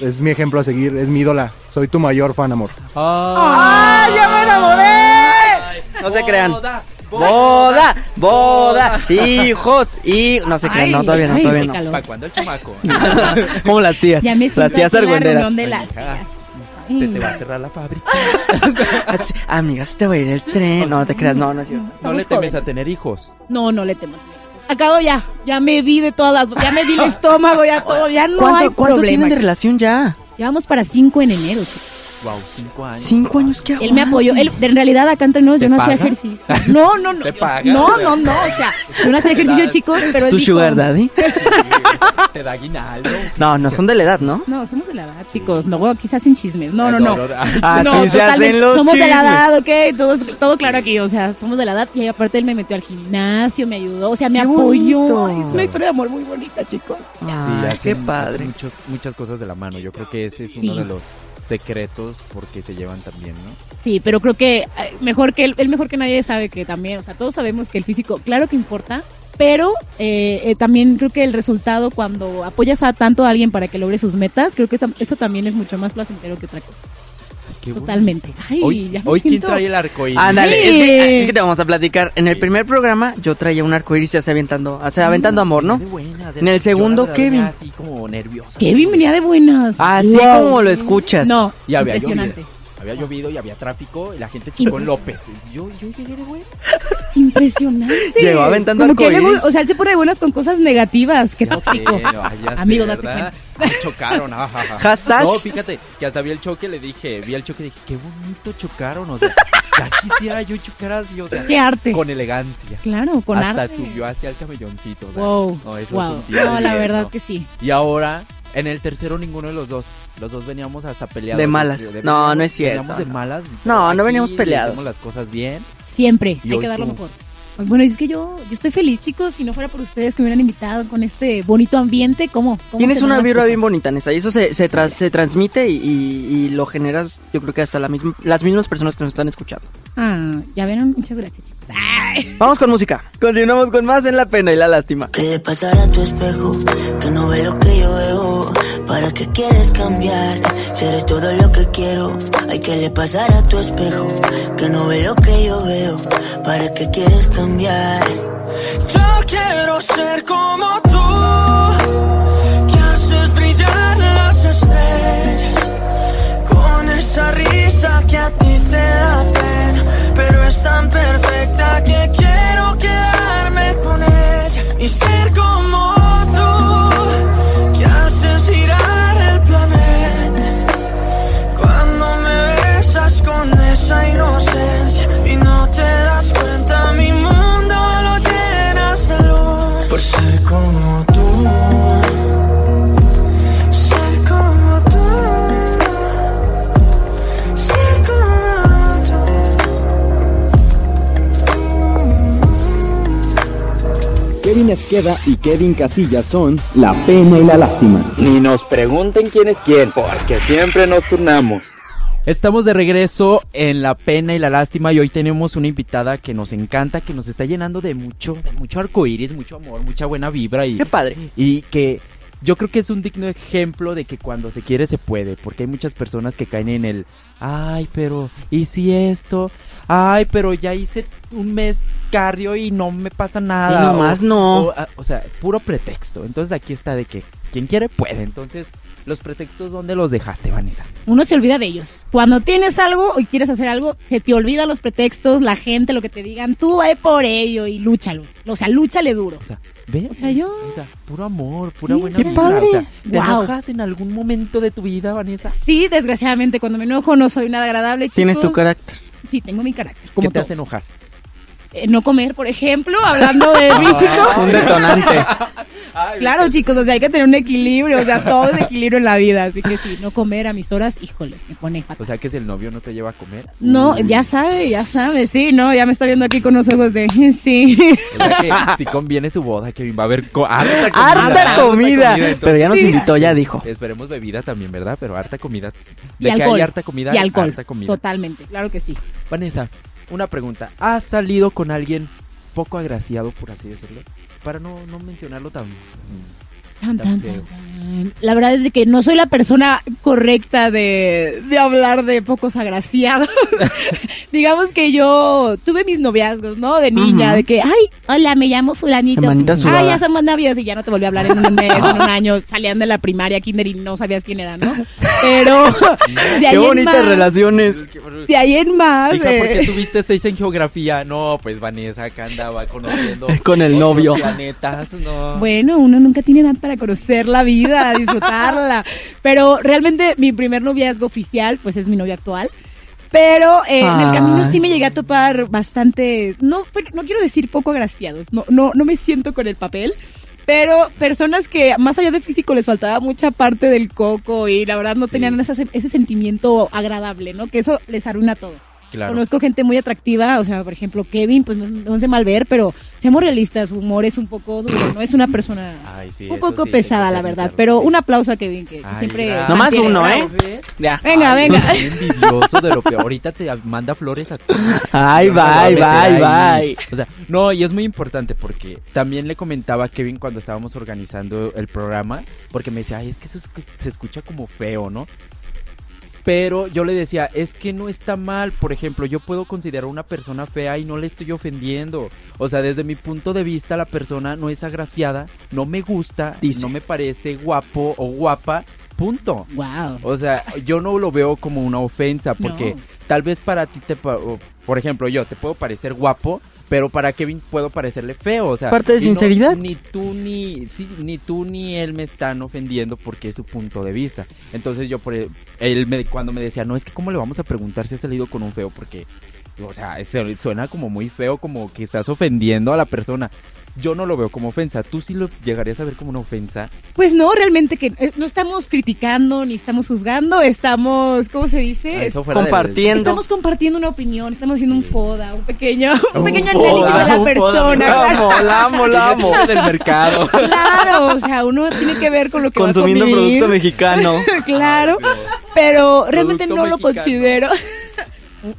Es mi ejemplo a seguir, es mi ídola. Soy tu mayor fan, amor.
¡Ay, ya me enamoré!
No se crean.
Boda,
Boda, boda, hijos y no se crean, no
Ay,
todavía no,
ay,
todavía no.
chécalo.
¿Para cuándo el chamaco?
Como las tías,
Ya me
las
siento
tías
aquí en la
argüenderas.
reunión de las
Hija,
tías. Mm.
Se
Ay.
te va a cerrar la fábrica.
Así, amigas, te va a ir el tren. No, no te creas, no, no es cierto.
No
Estamos
le temes
jóvenes.
a tener hijos.
No, no le temo. Acabo ya, ya me vi de todas las, ya me vi el estómago, ya todo, ya no hay
¿Cuánto, cuánto
problema.
tienen de relación ya?
Llevamos para cinco en enero. chicos.
Wow, cinco años.
¿Cinco años que hago?
Él me apoyó, él, en realidad acá entre nos
¿Te
yo no hacía
paga?
ejercicio. No, no, no.
¿Te
yo-
paga?
No, no, no, o sea, yo no hacía ejercicio, chicos, pero
¿Es
él
tu
dijo-
sugar daddy?
Te da guinaldo.
No, no son de la edad, ¿no?
No, somos de la edad, chicos, no, quizás hacen chismes. No, no, no.
Así
no,
se
totalmente,
hacen los
somos de la
chismes.
edad, ok, todo, todo claro aquí, o sea, somos de la edad y aparte él me metió al gimnasio, me ayudó, o sea, me
Qué
apoyó.
bonito.
Es una historia de amor muy bonita, chicos.
Ay,
hacen-
qué
hacen
padre.
muchos- muchas cosas de la mano. Yo creo que ese es
Sí.
uno de los secretos porque se llevan también, ¿no?
Sí, pero creo que eh, mejor que él, él mejor que nadie sabe que también, o sea, todos sabemos que el físico, claro que importa, Pero eh, eh, también creo que el resultado cuando apoyas a tanto a alguien para que logre sus metas, creo que eso, eso también es mucho más placentero que otra cosa.
Qué bueno.
Totalmente. Ay,
Hoy,
ya me
hoy ¿quién
siento-
trae el arco iris?
Ándale, es,
Sí.
que, es que te vamos a platicar. En el primer programa yo traía un arco iris así aventando, así aventando amor, ¿no?
De buenas, de-
En el segundo,
yo la verdad
Kevin.
venía Así como nervioso.
Kevin venía de buenas.
Así
Wow.
como Ah, lo escuchas.
No,
Y había
impresionante.
llovido. Había llovido y había tráfico y la gente chingó en López. Yo, yo llegué de buenas.
Impresionante.
Llegó aventando
Como que él le
arcoíris.
gu- O sea, él se pone de buenas con cosas negativas. Qué tóxico. Amigo, date
¿verdad?
cuenta.
Ay, chocaron, ajá, ajá.
Hashtag.
No, fíjate, que hasta vi el choque, le dije, vi el choque y dije, qué bonito chocaron, o sea, ya quisiera yo chocar así, o sea,
Qué arte.
con elegancia.
Claro, con
hasta
arte.
subió hacia el camelloncito, o sea,
Wow.
no, eso es
wow.
un día
No,
de
la
bien,
verdad
¿no?
que sí.
Y ahora, en el tercero ninguno de los dos, los dos veníamos hasta peleados.
De malas.
yo creo,
No,
veníamos-
no es cierto.
Veníamos de malas.
No, no veníamos
le
peleados.
hacemos las cosas bien.
Siempre.
Y
Hay
hoy
que dar lo
tú.
mejor. Bueno, es que yo, yo estoy feliz, chicos. Si no fuera por ustedes que me hubieran invitado con este bonito ambiente, ¿cómo? ¿Cómo
Tienes
se dan
una
las
vibra
cosas?
bien bonita, Nessa, y eso se, se, tras- se transmite y, y- y lo generas, yo creo que hasta la misma, las mismas personas que nos están escuchando.
Ah, ya vieron. Muchas gracias, chicos. Ay.
Vamos con música. Continuamos con más en la pena y la lástima.
¿Qué le pasará a tu espejo? Que no ve lo que yo veo. ¿Para qué quieres cambiar? Si eres todo lo que quiero. Hay que le pasar a tu espejo. Que no ve lo que yo veo. ¿Para qué quieres cambiar?
Yo quiero ser como tú, que haces brillar las estrellas, con esa risa que a ti te da pena, pero es tan perfecta que quiero quedarme con ella y ser como tú, que haces girar el planeta. Cuando me besas con esa inocencia y no te das cuenta, mi mundo lo llenas de luz. Por ser como tú, ser como tú, ser como tú.
Kevin Esqueda y Kevin Casillas son la pena y la lástima.
Ni nos pregunten quién es quién, porque siempre nos turnamos.
Estamos de regreso en La Pena y la Lástima y hoy tenemos una invitada que nos encanta, que nos está llenando de mucho, de mucho arcoíris, mucho amor, mucha buena vibra y,
Qué padre.
y que yo creo que es un digno ejemplo de que cuando se quiere se puede, porque hay muchas personas que caen en el, ay, pero, ¿y si esto? Ay, pero ya hice un mes cardio y no me pasa nada.
Y nomás
o-
no.
O, a- o sea, puro pretexto. Entonces aquí está de que quien quiere puede. Entonces, los pretextos, ¿dónde los dejaste, Vanessa?
Uno se olvida de ellos. Cuando tienes algo y quieres hacer algo, se te olvidan los pretextos, la gente, lo que te digan. Tú ve por ello y lúchalo. O sea, lúchale duro.
O sea, ve,
O sea, yo-
o sea, puro amor, pura
Sí,
buena
qué
vibra,
padre.
O sea, ¿te
Guau.
enojas en algún momento de tu vida, Vanessa?
Sí, desgraciadamente, cuando me enojo no soy nada agradable, chicos.
Tienes tu carácter.
Sí, tengo mi carácter.
¿Qué
Como
te
todo.
hace enojar?
Eh, no comer, por ejemplo, hablando de
Ah,
Un
físico.
detonante.
claro, chicos, o sea, hay que tener un equilibrio, o sea, todo es equilibrio en la vida, así que sí, no comer a mis horas, híjole, me pone fatal.
O sea, que si el novio no te lleva a comer.
No, ya sabe, ya sabe, sí, no, ya me está viendo aquí con los ojos de, sí.
O sea, que si conviene su boda, Kevin, va a haber co- harta comida.
Harta comida.
entonces-
Pero ya nos invitó, ya dijo.
Esperemos bebida también, ¿verdad? Pero harta comida.
Y
De que
alcohol,
hay harta comida,
y alcohol,
harta comida.
totalmente, claro que sí.
Vanessa, una pregunta. ¿Has salido con alguien poco agraciado, por así decirlo? Para no, no mencionarlo tan...
Tan, tan,
feo.
tan, tan. La verdad es de que no soy la persona correcta de, de hablar de pocos agraciados. Digamos que yo tuve mis noviazgos, ¿no? De niña,
Ajá.
de que, ay, hola, me llamo fulanito.
Hermanita sudada.
Ah, ya somos novios y ya no te volví a hablar en un mes, en un año. Salían de la primaria, kinder y no sabías quién era, ¿no? Pero de ahí
Qué
en
bonitas
más,
relaciones.
De ahí en más.
Hija, ¿por qué
eh,
tuviste seis en geografía? No, pues Vanessa acá andaba conociendo...
Con el
otros
novio.
planetas, no.
Bueno, uno nunca tiene edad para conocer la vida, disfrutarla. Pero realmente mi primer noviazgo oficial, pues es mi novia actual. Pero eh, en el
Ay.
camino sí me llegué a topar bastante, no, pero no quiero decir poco agraciados, no, no, no me siento con el papel. Pero personas que más allá de físico les faltaba mucha parte del coco y la verdad no
Sí.
tenían esa- ese sentimiento agradable, ¿no? Que eso les arruina todo.
Claro.
Conozco gente muy atractiva, o sea, por ejemplo, Kevin, pues no, no sé mal ver, pero seamos realistas, su humor es un poco duro, no es una persona
Ay, sí,
un
eso
poco
Ah, sí,
pesada,
eso
la
sí,
verdad,
claro.
pero un aplauso a Kevin, que, que
Ay,
siempre...
gracias.
Nomás
mantiene-
uno, ¿eh?
Bravo,
Ya.
Venga,
Ay,
venga.
eres bien envidioso de lo peor. Ahorita te manda flores a ti.
Ay,
Yo no la voy
bye,
a meter
bye,
ahí.
bye.
O sea, no, y es muy importante porque también le comentaba a Kevin cuando estábamos organizando el programa, porque me decía, ay, es que eso es- se escucha como feo, ¿no? Pero yo le decía, es que no está mal, por ejemplo, yo puedo considerar una persona fea y no le estoy ofendiendo. O sea, desde mi punto de vista, la persona no es agraciada, no me gusta,
Dice.
no me parece guapo o guapa, punto.
Wow.
O sea, yo no lo veo como una ofensa, porque
No.
tal vez para ti te... pa- o, Por ejemplo, yo te puedo parecer guapo, pero para Kevin puedo parecerle feo, o sea...
Parte de
y no-
sinceridad.
ni tú ni... sí, ni tú ni él me están ofendiendo porque es su punto de vista. Entonces yo, por e- él me, cuando me decía, no, es que cómo le vamos a preguntar si ha salido con un feo, porque... O sea, se- suena como muy feo, como que estás ofendiendo a la persona. Yo no lo veo como ofensa. Tú sí lo llegarías a ver como una ofensa.
Pues no, realmente que eh, no estamos criticando ni estamos juzgando, estamos, ¿cómo se dice?
Eso fuera del-
Compartiendo.
Estamos compartiendo una opinión, estamos haciendo un foda, un pequeño, un
Un
pequeño
foda,
análisis de
un
la
foda,
persona.
mira.
claro.
Amo, la amo, la amo.
del mercado.
Claro, o sea, uno tiene que ver con lo que
Consumiendo
va a convivir.
producto mexicano.
claro, pero realmente no
Producto
lo
mexicano.
considero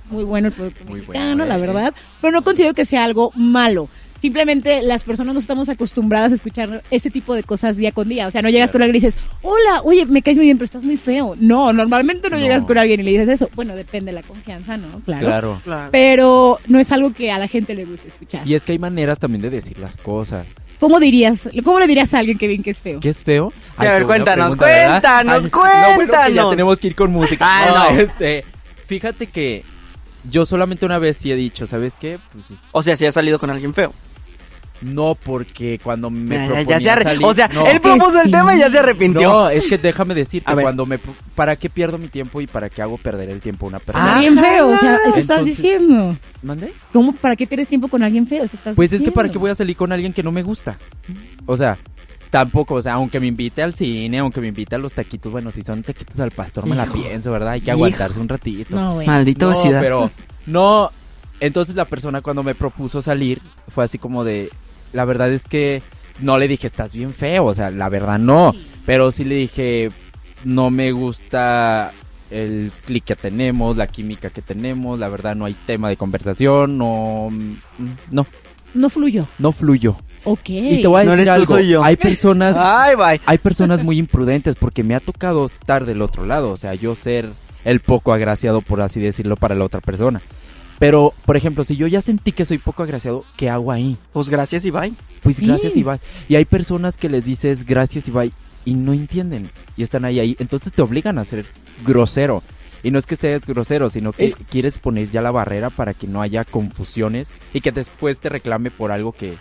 muy bueno el producto
Muy bueno,
mexicano, la
eh.
verdad, pero no considero que sea algo malo. Simplemente las personas no estamos acostumbradas a escuchar este tipo de cosas día con día. O sea, no llegas con alguien y dices, hola, oye, me caes muy bien, pero estás muy feo. No, normalmente no,
No.
llegas con alguien y le dices eso. Bueno, depende de la confianza, ¿no? Claro.
Claro.
Pero no es algo que a la gente le guste escuchar.
Y es que hay maneras también de decir las cosas.
¿Cómo dirías, cómo le dirías a alguien que bien que es feo?
¿Qué es feo?
A ver,
qué buena
cuéntanos,
¿verdad?
cuéntanos,
no, bueno, que ya
cuéntanos.
tenemos que ir con música.
Ah, no.
este, fíjate que yo solamente una vez sí he dicho, ¿sabes qué? Pues
O sea, si ha salido con alguien feo.
no, porque cuando me
Eh, Ya- ya-
proponían
ya se arre-
salir-
O sea,
no.
él propuso
Que
el
sí.
tema y ya se arrepintió.
No, es que déjame decirte,
A ver.
cuando me... pro- ¿Para qué pierdo mi tiempo y para qué hago perder el tiempo a una persona?
Ah,
bien feo, o sea, eso estás
Entonces-
diciendo.
¿Mandé?
¿Cómo? ¿Para qué pierdes tiempo con alguien feo? Eso estás
Pues es que para qué
diciendo.
voy a salir con alguien que no me gusta. O sea, tampoco, o sea, aunque me invite al cine, aunque me invite a los taquitos, bueno, si son taquitos al pastor me la
Hijo.
pienso, ¿verdad? Hay que
Hijo.
aguantarse un ratito.
No, güey.
Maldito
No,
obesidad.
pero no. Entonces la persona cuando me propuso salir fue así como de, la verdad es que no le dije estás bien feo, o sea, la verdad no, pero sí le dije no me gusta el clic que tenemos, la química que tenemos, la verdad no hay tema de conversación, no, mm, no,
No fluyó.
no fluyo.
Ok.
Y te voy a
No
decir
eres
algo.
tú, soy yo. Ah.
Hay personas,
Ay, bye.
hay personas muy imprudentes porque me ha tocado estar del otro lado, o sea, yo ser el poco agraciado por así decirlo para la otra persona. Pero, por ejemplo, si yo ya sentí que soy poco agraciado, ¿qué hago ahí?
Pues gracias y bye.
Pues
Sí.
gracias y bye. Y hay personas que les dices gracias y bye y no entienden y están ahí ahí, entonces te obligan a ser grosero. Y no es que seas grosero, sino que
Es-
quieres poner ya la barrera para que no haya confusiones y que después te reclame por algo que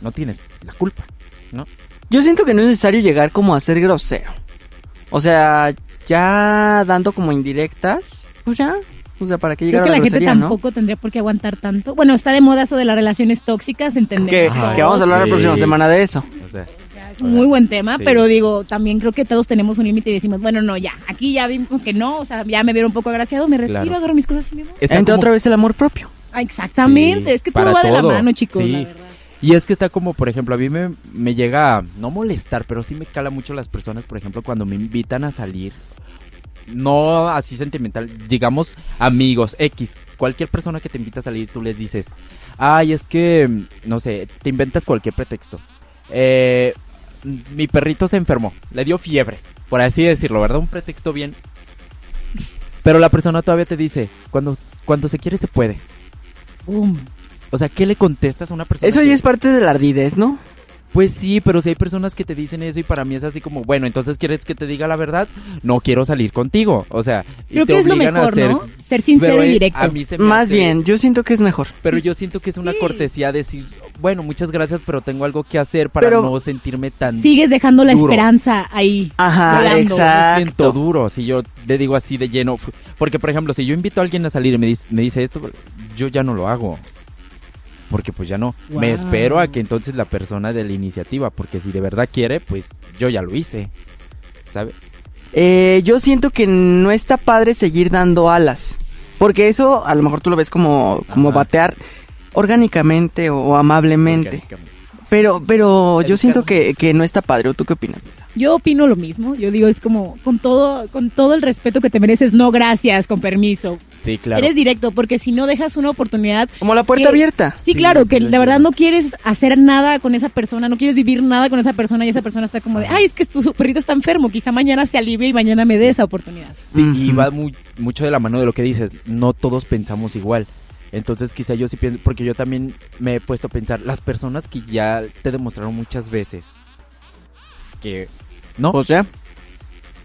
no tienes la culpa.
Yo siento que no es necesario llegar como a ser grosero. O sea, ya dando como indirectas, pues ya. O sea, ¿para qué llegar
Creo que
a
la
la grosería,
gente
no?
tampoco tendría por qué aguantar tanto. Bueno, está de moda eso de las relaciones tóxicas, entendemos.
Que,
Ajá.
que vamos a hablar la próxima
Sí.
semana de eso.
O sea,
Es un muy buen tema,
Sí.
pero digo, también creo que todos tenemos un límite y decimos, bueno, no, ya, aquí ya vimos que no, o sea, ya me vieron un poco agraciado, me retiro,
Claro.
agarro mis cosas y me voy.
está
Entra
como-
otra vez el amor propio.
Ah, exactamente,
Sí,
es que todo
para
va de la
todo.
mano, chicos,
Sí.
la verdad.
Y es que está como, por ejemplo, a mí me, me llega, a no molestar, pero sí me cala mucho las personas, por ejemplo, cuando me invitan a salir. No así sentimental, digamos amigos, X, cualquier persona que te invita a salir, tú les dices, ay, es que, no sé, te inventas cualquier pretexto. Eh, mi perrito se enfermó, le dio fiebre, por así decirlo, ¿verdad? Un pretexto bien. Pero la persona todavía te dice, cuando, cuando se quiere se puede.
Boom.
O sea, ¿qué le contestas a una persona?
Eso
que-
ya es parte de la ardidez, ¿no?
Pues sí, pero si hay personas que te dicen eso y para mí es así como, bueno, entonces quieres que te diga la verdad, no quiero salir contigo. O sea, y
Creo
te
que es lo
obligan a
mejor,
ser-
¿no? Ser sincero
Pero,
y
eh,
directo.
a mí se me
Más
hace-
bien, yo siento que es mejor.
Pero yo siento que es una
Sí.
cortesía decir, bueno, muchas gracias, pero tengo algo que hacer para
Pero-
no sentirme tan
Sigues dejando la
Duro.
esperanza ahí.
Ajá,
Volando,
me siento
exacto.
duro si yo le digo así de lleno. Porque, por ejemplo, si yo invito a alguien a salir y me dice, me dice esto, yo ya no lo hago. Porque pues ya no. Me
Wow.
espero a que entonces la persona de la iniciativa, porque si de verdad quiere, pues yo ya lo hice. ¿Sabes?
Eh, yo siento que no está padre seguir dando alas. Porque eso a lo mejor tú lo ves como, como
Ajá.
batear orgánicamente o, o amablemente.
Orgánicamente.
Pero, pero yo siento que, que no está padre. ¿O ¿Tú qué opinas? Lisa?
Yo opino lo mismo. Yo digo, es como con todo, con todo el respeto que te mereces, no gracias, con permiso.
Sí, claro.
Eres directo, porque si no dejas una oportunidad.
Como la puerta
que-
abierta.
Sí,
Sí,
claro,
sí,
que
lo
la verdad
entiendo.
no quieres hacer nada con esa persona, no quieres vivir nada con esa persona y esa persona está como de, ay, es que tu perrito está enfermo, quizá mañana se alivie y mañana me dé esa oportunidad.
Sí, y va muy, mucho de la mano de lo que dices. No todos pensamos igual. Entonces quizá yo sí pienso, porque yo también me he puesto a pensar, las personas que ya te demostraron muchas veces que no,
O sea,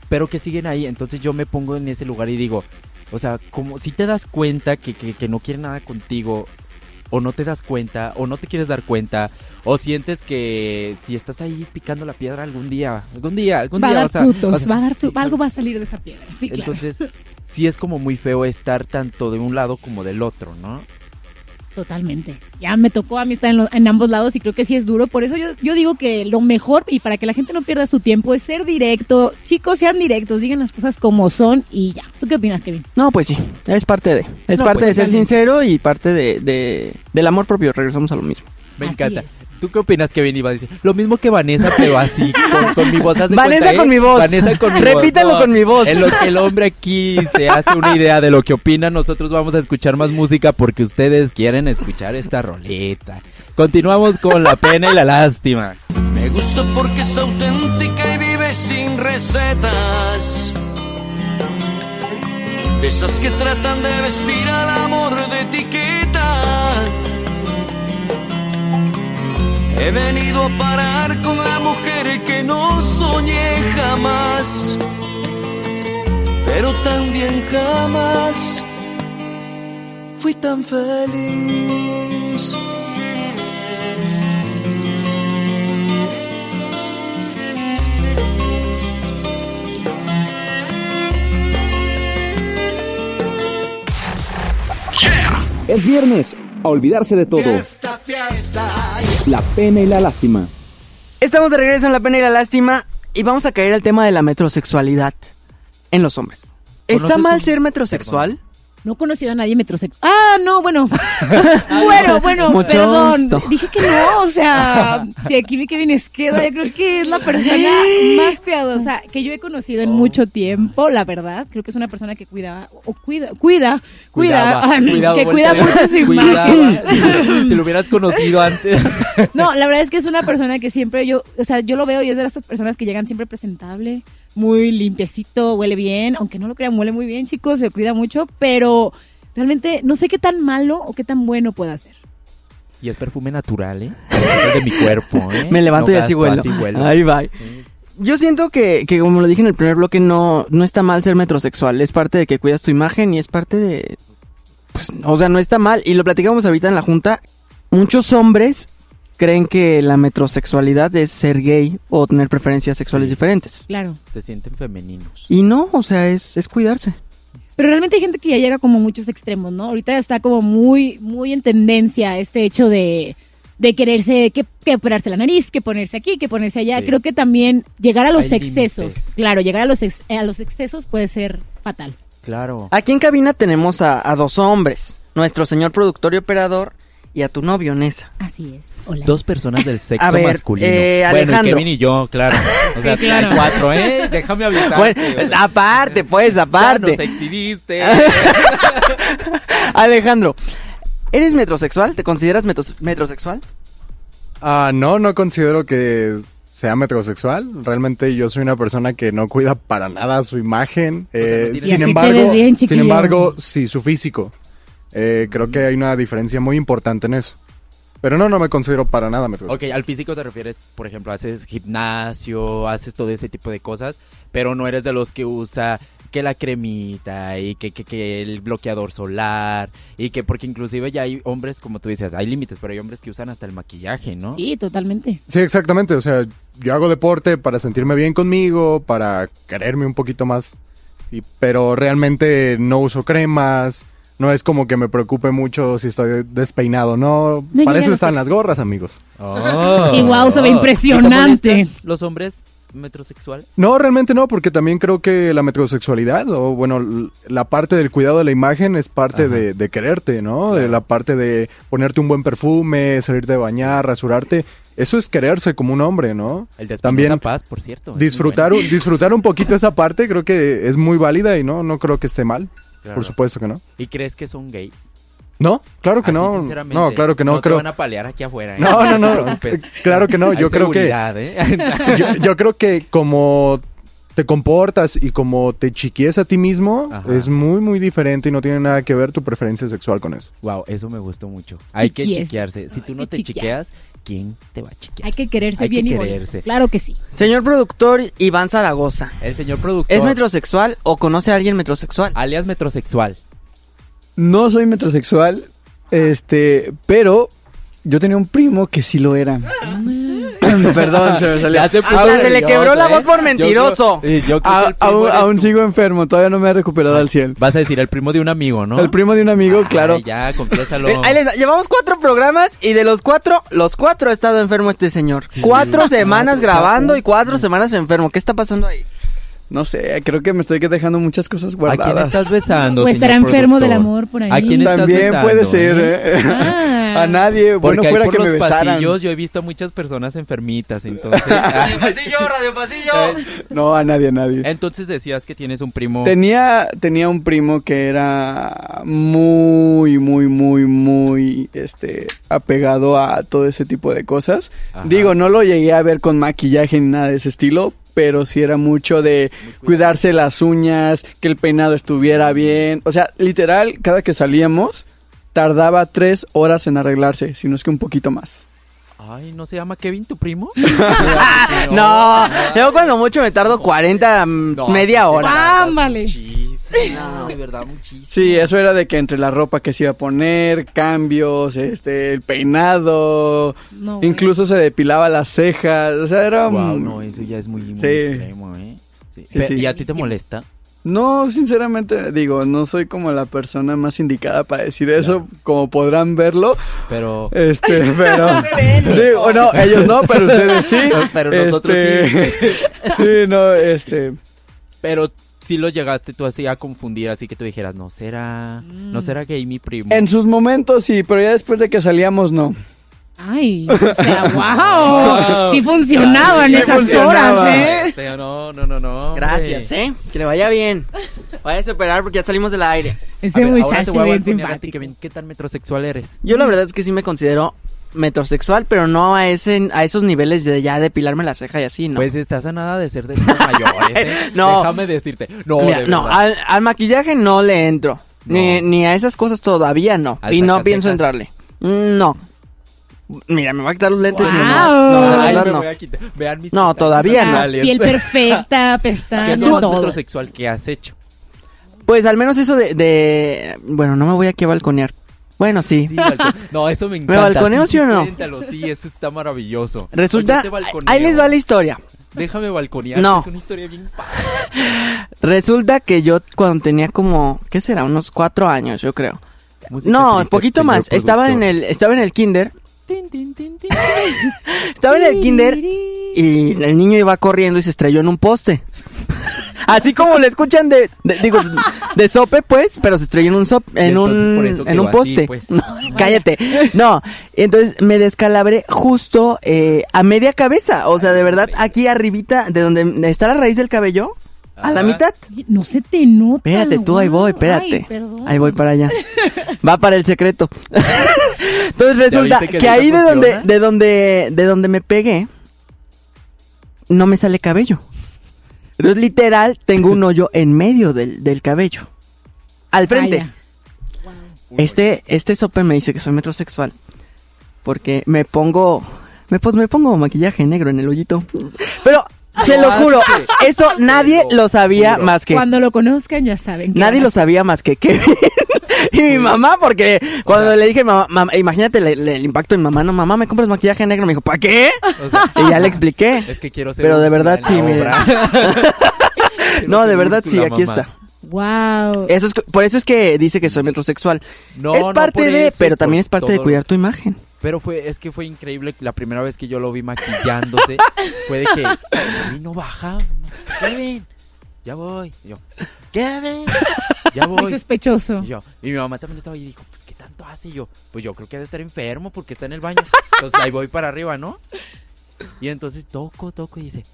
pero que siguen ahí, entonces yo me pongo en ese lugar y digo, o sea, como si te das cuenta que, que, que no quiere nada contigo, o no te das cuenta, o no te quieres dar cuenta, o sientes que si estás ahí picando la piedra algún día, algún día, algún
Va a
día
dar
vas a-
frutos,
vas a-
va a dar
Sí,
fru- algo
sí.
va a salir de esa piedra. Sí, claro.
Entonces, sí es como muy feo estar tanto de un lado como del otro, ¿no?
Totalmente. Ya me tocó a mí estar en, lo- en ambos lados y creo que sí es duro. Por eso yo, yo digo que lo mejor y para que la gente no pierda su tiempo es ser directo. Chicos, sean directos, digan las cosas como son y ya. ¿Tú qué opinas, Kevin?
no, pues sí. Es parte de. Es
No,
parte
pues,
de ser
totalmente.
sincero y parte de, de- del amor propio. Regresamos a lo mismo.
Me
Así
encanta.
es.
¿Tú qué opinas, Kevin? Iba a decir, lo mismo que Vanessa, pero así, con, con mi voz. haz de
Vanessa
cuenta, ¿eh?
con mi voz.
Vanessa con mi voz.
Repítalo
No,
con mi voz.
En lo que el hombre aquí se hace una idea de lo que opina, nosotros vamos a escuchar más música porque ustedes quieren escuchar esta roleta. Continuamos con la pena y la lástima.
Me gusta porque es auténtica y vive sin recetas. De esas que tratan de vestir al amor de etiqueta. He venido a parar con la mujer que no soñé jamás. Pero también jamás fui tan feliz.
Es viernes, a olvidarse de todo. La pena y la lástima.
Estamos de regreso en La Pena y la Lástima y vamos a caer al tema de la metrosexualidad en los hombres. ¿Está
¿Conoces
mal
un-
ser metrosexual?
No he conocido a nadie metrosexual. Ah, no, bueno. bueno, bueno,
Mucho
perdón.
gusto.
Dije que no, o sea, si aquí mi Kevin Esqueda, yo creo que es la persona más piadosa que yo he conocido
Oh.
en mucho tiempo, la verdad. Creo que es una persona que cuida, o cuida, cuida, cuida,
Cuidaba,
ah,
cuidaba,
que cuida
voltea.
mucho su
Cuidaba.
imagen.
Si lo hubieras conocido antes.
No, la verdad es que es una persona que siempre yo, o sea, yo lo veo y es de esas personas que llegan siempre presentable, muy limpiecito, huele bien, aunque no lo crean, huele muy bien, chicos, se cuida mucho, pero realmente no sé qué tan malo o qué tan bueno pueda ser.
Y es perfume natural, ¿eh? Es de mi cuerpo, ¿eh?
Me levanto
No
y así
gasto,
vuelo. Ahí va. Yo siento que, que, como lo dije en el primer bloque, no, no está mal ser metrosexual. Es parte de que cuidas tu imagen y es parte de... Pues, o sea, no está mal. Y lo platicamos ahorita en la junta. Muchos hombres creen que la metrosexualidad es ser gay o tener preferencias sexuales diferentes.
Claro.
Se sienten femeninos.
Y no, o sea, es, es cuidarse.
Pero realmente hay gente que ya llega como a muchos extremos, ¿no? Ahorita está como muy, muy en tendencia este hecho de, de quererse, que, que operarse la nariz, que ponerse aquí, que ponerse allá.
Sí.
Creo que también llegar a los
Hay
excesos,
límites.
claro, llegar a los, ex- a los excesos puede ser fatal.
Claro.
Aquí en cabina tenemos a, a dos hombres. Nuestro señor productor y operador y a tu novio, Nessa.
Así es. Hola.
Dos personas del sexo
A ver,
masculino.
eh,
bueno, y
Alejandro.
Kevin y yo, claro. O sea,
Sí, claro.
hay cuatro, ¿eh? Déjame avisarte.
Bueno,
o sea,
aparte, pues,
ya
aparte.
nos exhibiste.
Alejandro, ¿eres metrosexual? ¿Te consideras metos- metrosexual?
Ah, no, no considero que sea metrosexual. Realmente yo soy una persona que no cuida para nada su imagen. Eh,
no tiene-
Y así
sin
te
embargo,
ves bien,
sin
chiquillo.
embargo, sí, su físico. Eh, creo que hay una diferencia muy importante en eso. Pero no, no me considero para nada metrosexual.
ok, al físico te refieres, por ejemplo, haces gimnasio, haces todo ese tipo de cosas, pero no eres de los que usa que la cremita y que, que, que el bloqueador solar y que porque inclusive ya hay hombres, como tú dices, hay límites, pero hay hombres que usan hasta el maquillaje, ¿no?
Sí, totalmente.
Sí, exactamente. O sea, yo hago deporte para sentirme bien conmigo, para quererme un poquito más. Y, pero realmente no uso cremas. No es como que me preocupe mucho si estoy despeinado, no.
No, yo
para
ya
eso
no
están
sé.
las gorras, amigos.
Oh.
Y guau, se ve
¿Y te
impresionante.
molestan ¿Los hombres metrosexuales?
No, realmente no, porque también creo que la metrosexualidad, o bueno, l- la parte del cuidado de la imagen es parte
Ajá.
de, de quererte, ¿no? De la parte de ponerte un buen perfume, salirte a bañar, rasurarte. Eso es quererse como un hombre, ¿no?
El de
También-
También Paz, por cierto. es muy
Disfrutar, un- disfrutar un poquito esa parte creo que es muy válida y no, no creo que esté mal.
bueno.
Por
Claro.
supuesto que no.
¿Y crees que son gays?
No, claro que
Así,
no.
sinceramente,
No, claro que no.
te
creo...
van a palear aquí afuera. ¿eh?
No, no,
te
no.
preocupes.
Claro que no.
Hay
Yo creo que
seguridad, ¿eh?
yo, yo creo que como te comportas y como te chiquies a ti mismo
Ajá.
es muy muy diferente y no tiene nada que ver tu preferencia sexual con eso.
Wow, eso me gustó mucho. Hay que
Chiquies.
chequearse. Si tú no
Hay que
te chequeas, ¿quién te va a chequear?
Hay que quererse
Hay que
bien y
quererse.
bonito. Claro que sí.
Señor productor Iván Zaragoza,
El señor productor.
¿es metrosexual o conoce a alguien metrosexual?
Alias metrosexual.
No soy metrosexual, este, pero yo tenía un primo que sí lo era. Perdón, se me salió.
Ya se puso
Hasta se le
nervioso,
quebró la
¿eh?
voz por mentiroso.
Yo creo- eh, yo creo que
A-
el primo
aún,
eres
aún
tú.
sigo enfermo, todavía no me he recuperado al 100.
Vas a decir el primo de un amigo, ¿no?
El primo de un amigo,
Ay,
claro.
Ya, confiésalo.
Ahí les va. Llevamos cuatro programas y de los cuatro, los cuatro ha estado enfermo este señor. Cuatro semanas grabando y cuatro semanas enfermo. ¿Qué está pasando ahí?
No sé, creo que me estoy dejando muchas cosas
¿A
guardadas.
quién estás besando?
O
señor
estará enfermo
productor?
del amor por ahí.
¿A quién estás
También
besando,
puede ser,
eh?
¿eh?
Ah.
A nadie,
Porque
bueno
ahí
fuera
por
que
los
me besaran.
pasillos yo he visto a muchas personas enfermitas, entonces. ah.
Pasillo, radio pasillo.
No, a nadie, a nadie.
Eh,
entonces decías que tienes un primo.
Tenía, tenía un primo que era muy, muy, muy, muy este, apegado a todo ese tipo de cosas.
Ajá.
Digo, no lo llegué a ver con maquillaje ni nada de ese estilo, pero sí era mucho de cuidarse las uñas, que el peinado estuviera bien. O sea, literal, cada que salíamos, tardaba tres horas en arreglarse, si no es que un poquito más.
Ay, ¿no se llama Kevin tu primo?
Ah,
No, yo cuando mucho me tardo 40, mm, media
Ah,
hora.
Ámale.
Muchísimo, de verdad, muchísimo.
Sí, eso era de que entre la ropa que se iba a poner, cambios, este, el peinado,
No, güey.
incluso se depilaba las cejas, o sea, era...
Wow,
mm,
no, eso ya es muy, muy
Sí.
extremo, ¿eh? Sí.
Sí, sí.
¿Y a ti te molesta?
No, sinceramente, digo, no soy como la persona más indicada para decir eso, como podrán verlo,
Pero...
este, pero...
ven,
digo, no, ellos no, pero ustedes sí.
No, pero nosotros
sí. sí, no, este...
Pero si lo llegaste tú así a confundir, así que tú dijeras, no será...
Mm.
No será gay mi primo.
En sus momentos sí, pero ya después de que salíamos, no.
Ay, o sea, wow. Sí funcionaban
Sí
esas
funcionaba.
horas, ¿eh?
Este, No, no, no, no. hombre.
Gracias, ¿eh? Que le vaya bien. Vaya a superar porque ya salimos del aire.
A
Ese
ver, ahora te
muchacho
voy a
bien
balconear a ti,
simpático.
Kevin. ¿Qué tan metrosexual eres?
Yo la verdad es que sí me considero metrosexual, pero no a ese a esos niveles de ya depilarme la ceja y así, ¿no?
Pues estás a nada de ser de los mayores, ¿eh?
No.
Déjame decirte. No,
Mira,
de
no,
verdad.
al, al maquillaje no le entro. Ni, ni a esas cosas todavía no.
Al
y no
sacasecas.
pienso entrarle. Mm, No. Mira, me va a quitar los lentes y no.
Guau.
No, la
Ay,
verdad
me
no.
voy a quitar. Vean mis
No,
pestañas
todavía no.
sandalias.
Piel perfecta,
¿Qué es
pestaña,
lo más
todo.
metrosexual que has hecho?
Pues al menos eso de, de- Bueno, no me voy aquí a balconear. Bueno, sí.
Sí, balcón- No, eso me encanta.
balconeo, sí o no?
cuéntalo, sí, eso está maravilloso.
Resulta...
Oye, te balconeo.
Ahí les va la historia.
Déjame balconear.
No.
Es una historia bien padre.
Resulta que yo cuando tenía como... ¿Qué será? Unos cuatro años, yo creo.
Música
No, un
triste,
poquito
señor
más. Estaba en
productor.
el... Estaba en el kinder.
Tin, tin, tin, tin.
Estaba en el kinder y el niño iba corriendo y se estrelló en un poste. Así como le escuchan de, de- digo de sope pues, pero se estrelló en un sop, en
entonces por
un
eso
en
quedó
un
así,
poste.
pues.
No, cállate. No, entonces me descalabré justo eh, a media cabeza, o sea, de verdad aquí arribita de donde está la raíz del cabello, a la
Ajá.
mitad.
No se te nota.
Espérate, tú ahí voy,
guau. Ay,
espérate.
perdón.
ahí voy para allá. Va para el secreto. Entonces resulta
viste
que,
que
ahí
sí
de donde,
funciona?
de donde, de donde me pegué, no me sale cabello. Entonces literal tengo un hoyo en medio del, del cabello. Al frente.
Vaya.
Este, este sope me dice que soy metrosexual. Porque me pongo. Me, pues me pongo maquillaje negro en el hoyito. Pero, se lo juro, eso nadie lo sabía más que.
Cuando lo conozcan ya saben. que
Nadie
van a-
lo sabía más que Kevin. y mi mamá, porque cuando le dije, mamá, mamá- imagínate le- le- el impacto de mi mamá, no, mamá, me compras maquillaje negro, me dijo, ¿para qué?
O sea,
Y ya le expliqué.
es que quiero ser
Pero de
Úrsula
verdad
en
sí,
la
mira.
obra. Quiero
No,
ser
de verdad sí,
Úrsula,
aquí
mamá.
está.
Wow.
Eso es, que- por eso es que dice que soy metrosexual.
No,
es
no
parte
por
de,
eso,
pero
por
también es parte de
todo.
cuidar tu imagen.
Pero fue, es que fue increíble la primera vez que yo lo vi maquillándose. fue de que, Kevin no baja. Kevin, ya voy. Y yo, Kevin, ya voy.
Muy sospechoso.
Y, yo, y mi mamá también estaba ahí y dijo, pues, ¿qué tanto hace? Y yo, pues yo creo que ha de estar enfermo porque está en el baño. Entonces ahí voy para arriba, ¿no? Y entonces toco, toco y dice,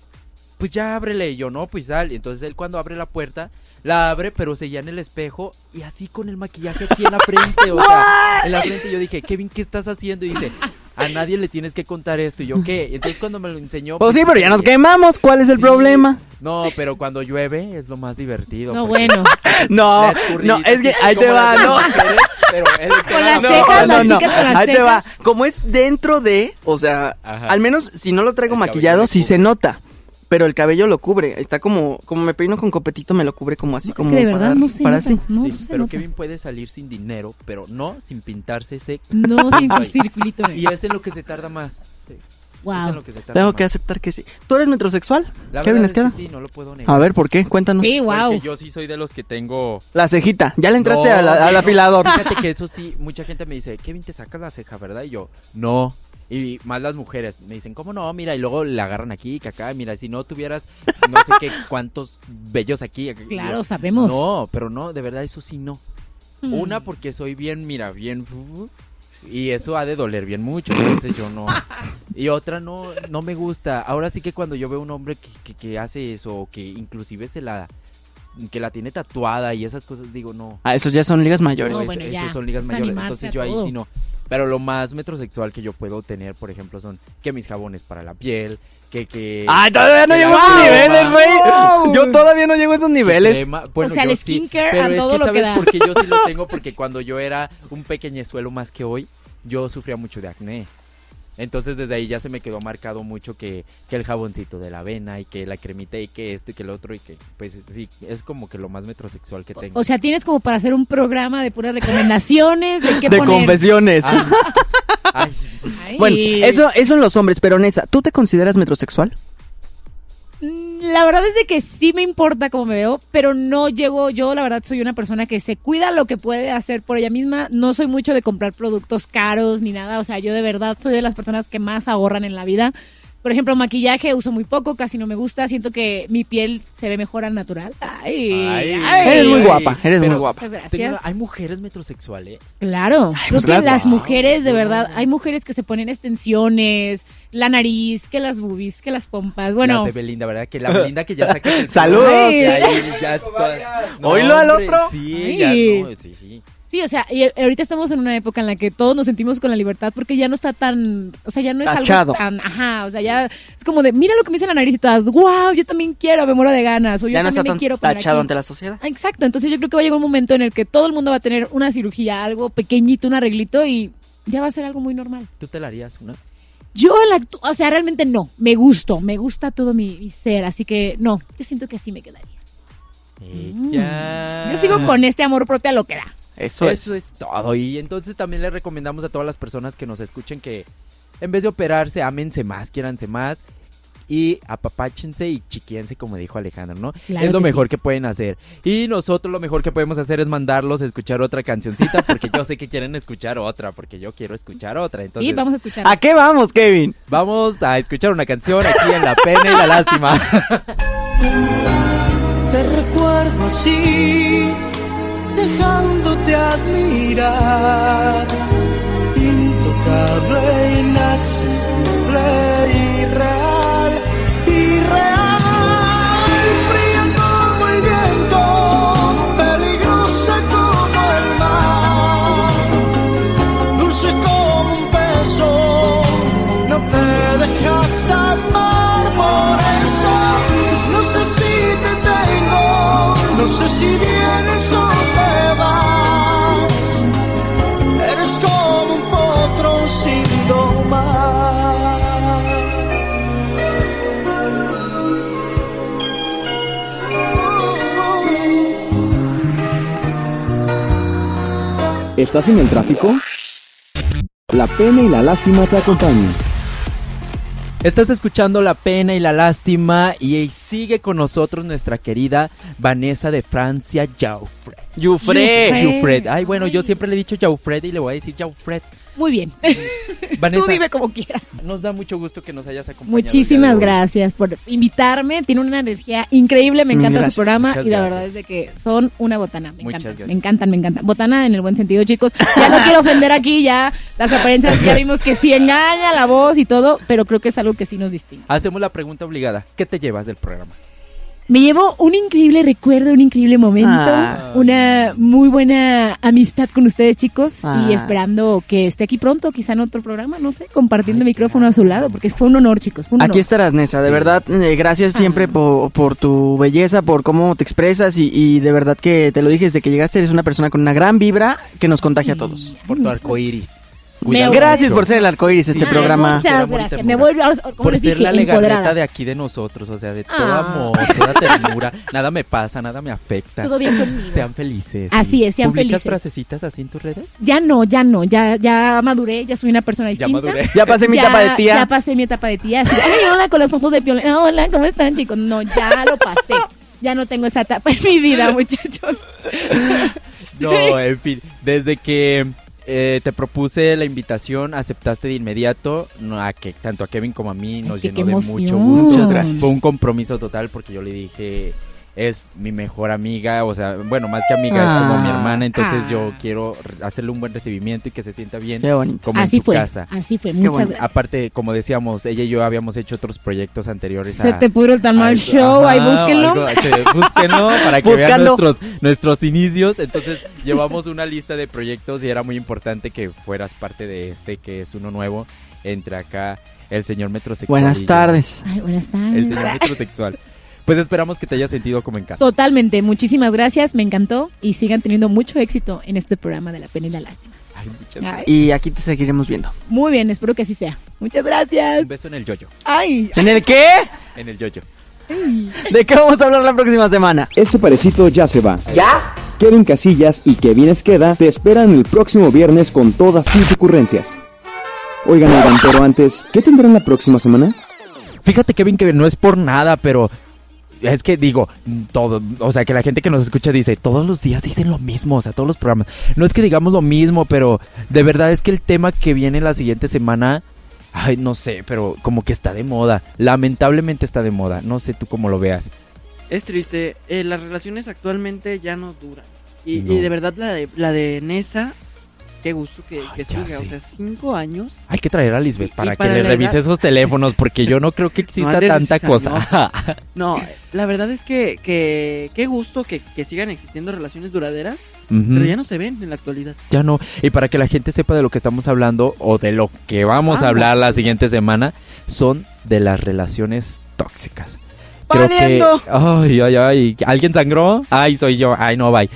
pues ya ábrele. Y yo, no, pues sal. Y entonces él cuando abre la puerta, la abre, pero seguía en el espejo y así con el maquillaje aquí en la frente. O sea, en la frente yo dije, Kevin, ¿qué estás haciendo? Y dice, a nadie le tienes que contar esto. Y yo, ¿qué? Y entonces cuando me lo enseñó...
Pues sí, pero ya nos
quedamos
quemamos. ¿Cuál es el
Sí.
problema?
No, pero cuando llueve es lo más divertido.
No,
porque
bueno.
No,
la escurridita
Ah, no, es que ahí
como
te va,
las de
no.
las mujeres, pero él
Con las
no,
cejas,
no,
las
no.
chicas con las
ahí te va.
cejas.
Como es dentro de, o sea,
Ajá.
al menos si no lo traigo
El cabello
maquillado,
le
sí
cubre.
se nota. Pero el cabello lo cubre. Está como, como me peino con copetito, me lo cubre como así,
No,
como
es que de verdad
para,
no se
para
nota.
así.
No,
Sí,
no se
pero
nota.
Kevin puede salir sin dinero, pero no sin pintarse ese.
No, sin su
Ay.
circulito. güey.
Y es en lo que se tarda más. Sí, Es en
Wow.
lo que se tarda
Tengo
más.
que aceptar que sí. ¿Tú eres metrosexual?
La
Kevin
verdad es que
Esqueda.
sí, no lo puedo negar.
A ver, ¿por qué? Cuéntanos.
Sí, wow.
Porque yo sí soy de los que tengo.
La cejita. Ya le entraste
No,
a la- al
no.
apilador.
Fíjate que eso sí, mucha gente me dice, Kevin, te sacas la ceja, ¿verdad? Y yo, no. Y más las mujeres me dicen, ¿cómo no? Mira, y luego le agarran aquí, que acá, mira, si no tuvieras no sé qué, cuántos bellos aquí. Y yo,
Claro, sabemos.
No, pero no, de verdad, eso sí no.
Mm.
Una porque soy bien, mira, bien... Y eso ha de doler bien mucho, entonces yo no. Y otra no, no me gusta. Ahora sí que cuando yo veo un hombre que, que, que hace eso, o que inclusive se la... que la tiene tatuada y esas cosas, digo, no.
Ah, esos ya son ligas mayores.
No,
Eso-
bueno,
eso
ya,
son ligas
es
mayores,
animarse
entonces
a
yo ahí
todo.
sí no. Pero lo más metrosexual que yo puedo tener, por ejemplo, son que mis jabones para la piel, que... que
Ah, todavía no
que la
llego a esos
crema,
niveles, güey. Yo todavía no llego a esos
que
niveles.
crema. Bueno,
O sea, el
yo sí,
skincare
pero
a
es
todo
que
lo que
sabes
da.
porque yo sí lo tengo porque cuando yo era un pequeñezuelo más que hoy, yo sufría mucho de acné. Entonces desde ahí ya se me quedó marcado mucho que, que el jaboncito de la avena y que la cremita y que esto y que el otro y que pues sí, es como que lo más metrosexual que tengo.
O sea, tienes como para hacer un programa de puras recomendaciones, de qué
De
poner.
confesiones.
Ah. Ay,
Ay.
Bueno, eso, eso en los hombres, pero Nessa, ¿tú te consideras metrosexual?
Mm, La verdad es de que sí me importa cómo me veo, pero no llego, yo la verdad soy una persona que se cuida lo que puede hacer por ella misma, no soy mucho de comprar productos caros ni nada, o sea, yo de verdad soy de las personas que más ahorran en la vida. Por ejemplo, maquillaje uso muy poco, casi no me gusta, siento que mi piel se ve mejor al natural. Ay,
Ay.
ay.
Eres muy
ay,
guapa, eres muy
pero-
guapa.
Muchas
tengo-
gracias.
hay mujeres metrosexuales.
Claro, creo
pues
que
claro que
las
sí.
mujeres, de verdad, hay mujeres que se ponen extensiones, la nariz, que las boobies, que las pompas, bueno...
Las de Belinda, ¿verdad? Que la Belinda que ya saca. el-
Saludos.
Que ahí ya está- No,
Oílo al
hombre,
otro.
Sí, ya,
Ay.
no, sí, sí.
Sí, o sea, y a- ahorita estamos en una época en la que todos nos sentimos con la libertad porque ya no está tan, o sea, ya no es
Tachado.
algo tan, ajá, o sea, ya es como de, mira lo que me hice en la nariz y todas, wow, yo también quiero, me muero de ganas, o yo
Ya no
también
está
me
tan
quiero poner
tachado
aquí".
ante la sociedad.
Ah, Exacto, entonces yo creo que va a llegar un momento en el que todo el mundo va a tener una cirugía, algo pequeñito, un arreglito y ya va a ser algo muy normal.
Tú te la harías, ¿no?
Yo, en la actu- o sea, realmente no, me gusto, me gusta todo mi, mi ser, así que no, yo siento que así me quedaría.
Ella.
Yo
Ah.
sigo con este amor propio a lo que da.
Eso
Eso,
es.
es todo. Y entonces también le recomendamos a todas las personas que nos escuchen que en vez de operarse, ámense más, quiéranse más. Y apapáchense y chiquiense, como dijo Alejandro, ¿no?
Claro
es lo
que sí.
mejor que pueden hacer. Y nosotros lo mejor que podemos hacer es mandarlos a escuchar otra cancioncita, porque yo sé que quieren escuchar otra, porque yo quiero escuchar otra. Entonces,
Sí, vamos a escuchar.
¿A qué vamos, Kevin?
Vamos a escuchar una canción aquí en La Pena y la Lástima.
Te recuerdo así, dejándote admirar. Intocable, inaccesible, irreal, irreal. Fría como el viento, peligrosa como el mar. Dulce como un beso, no te dejas amar por eso. No sé si te tengo, no sé si vienes o te vas. Eres como un potro sin domar. Oh,
¿Estás en el tráfico? La pena y la lástima te acompañan.
Estás escuchando La Pena y la Lástima y sigue con nosotros nuestra querida Vanessa de Francia Jaufred.
Jaufred.
Jaufred. Ay, bueno, yo siempre le he dicho Jaufred y le voy a decir Jaufred.
Muy bien.
Vanessa,
Tú vive como quieras.
nos da mucho gusto que nos hayas acompañado.
Muchísimas
el día de hoy.
gracias por invitarme. Tiene una energía increíble. Me encanta
Gracias,
su programa.
muchas
Y la
gracias.
verdad es de que son una botana. Me
Muchas
encantan.
gracias.
Me encantan, me encantan. Botana en el buen sentido, chicos. Ya no quiero ofender aquí. Ya las apariencias ya vimos que sí engaña la voz y todo. Pero creo que es algo que sí nos distingue.
Hacemos la pregunta obligada. ¿Qué te llevas del programa?
Me llevo un increíble recuerdo, un increíble momento,
Ah.
una muy buena amistad con ustedes chicos
Ah.
y esperando que esté aquí pronto, quizá en otro programa, no sé, compartiendo micrófono a su lado, porque fue un honor chicos. Fue un
Aquí
honor.
estarás, Nessa. De verdad, eh, gracias
Ah.
siempre por, por tu belleza, por cómo te expresas y, y de verdad que te lo dije desde que llegaste, eres una persona con una gran vibra que nos contagia a todos.
Por tu arcoíris.
Cuidado
Gracias
mucho.
por ser el arcoíris de este
Ay,
programa.
Muchas gracias. Me vuelvo, ahora- como
Por
les
ser
dije,
la legaleta
empoderada.
de aquí de nosotros, o sea, de todo
Ah.
amor, toda ternura, nada me pasa, nada me afecta.
Todo bien conmigo.
Sean felices.
Así es, sean
¿Publicas
felices.
frasecitas así en tus redes?
Ya no, ya no, ya, ya maduré, ya soy una persona
Ya
distinta.
maduré.
Ya pasé mi
Ya-
etapa de tía.
Ya pasé mi etapa de tía. Así, Ay, hola, con las fotos de Piolín. Hola, ¿cómo están, chicos? No, ya lo pasé. Ya no tengo esa etapa en mi vida, muchachos.
No, en fin, desde que eh, te propuse la invitación, aceptaste de inmediato, no, a que, tanto a Kevin como a mí nos
que
llenó
qué
de mucho
emoción.
gusto.
Muchas gracias.
Fue un compromiso total porque yo le dije, es mi mejor amiga, o sea, bueno, más que amiga, es como mi
Ah.
hermana, entonces
Ah.
yo quiero re- hacerle un buen recibimiento y que se sienta bien
Qué bonito.
como
así
en su
fue,
casa.
así fue. Muchas gracias.
Aparte, como decíamos, ella y yo habíamos hecho otros proyectos anteriores.
Se
a-
te pudrió tan
a
mal
eso.
show, ahí
Ajá,
búsquenlo.
algo así, búsquenlo para que vean
Búscalo.
nuestros, nuestros inicios. Entonces, llevamos una lista de proyectos y era muy importante que fueras parte de este, que es uno nuevo, entre acá el señor metrosexual. y
Buenas
yo,
tardes.
Ay, buenas
El
tardes.
señor metrosexual. Pues esperamos que te hayas sentido como en casa.
Totalmente, muchísimas gracias, me encantó y sigan teniendo mucho éxito en este programa de la pena y la lástima.
Ay, muchas
Ay,
gracias.
Y aquí te seguiremos viendo.
muy bien, espero que así sea. Muchas gracias.
Un beso en el yoyo.
Ay,
¿En el qué?
En el yoyo.
¿De qué vamos a hablar la próxima semana?
Este parecito ya se va. ¿Ya? Kevin Casillas y Kevin Esqueda te esperan el próximo viernes con todas sus ocurrencias. Oigan, oigan, pero antes, ¿qué tendrán la próxima semana?
Fíjate, Kevin, que no es por nada, pero es que digo, todo, o sea, que la gente que nos escucha dice, todos los días dicen lo mismo, o sea, todos los programas. No es que digamos lo mismo, pero de verdad es que el tema que viene la siguiente semana, ay, no sé, pero como que está de moda. Lamentablemente está de moda, no sé tú cómo lo veas.
Es triste, eh, las relaciones actualmente ya no duran. Y,
No.
y de verdad la de, la de Nessa, qué gusto que, que
ya sé.
siga. O sea, cinco años.
Hay que traer a Lisbeth para,
para
que le
la
revise
edad-
esos teléfonos, porque yo no creo que exista
andes
tanta cosa.
decisanos. No, la verdad es que, que qué gusto que, que sigan existiendo relaciones duraderas,
Ujú.
pero ya no se ven en la actualidad.
Ya no. Y para que la gente sepa de lo que estamos hablando o de lo que vamos, a
Vamos.
hablar la siguiente semana, son de las relaciones tóxicas. Creo
¡Valiendo!
que. Ay, ay, ay. ¿Alguien sangró? Ay, soy yo. Ay, no, bye.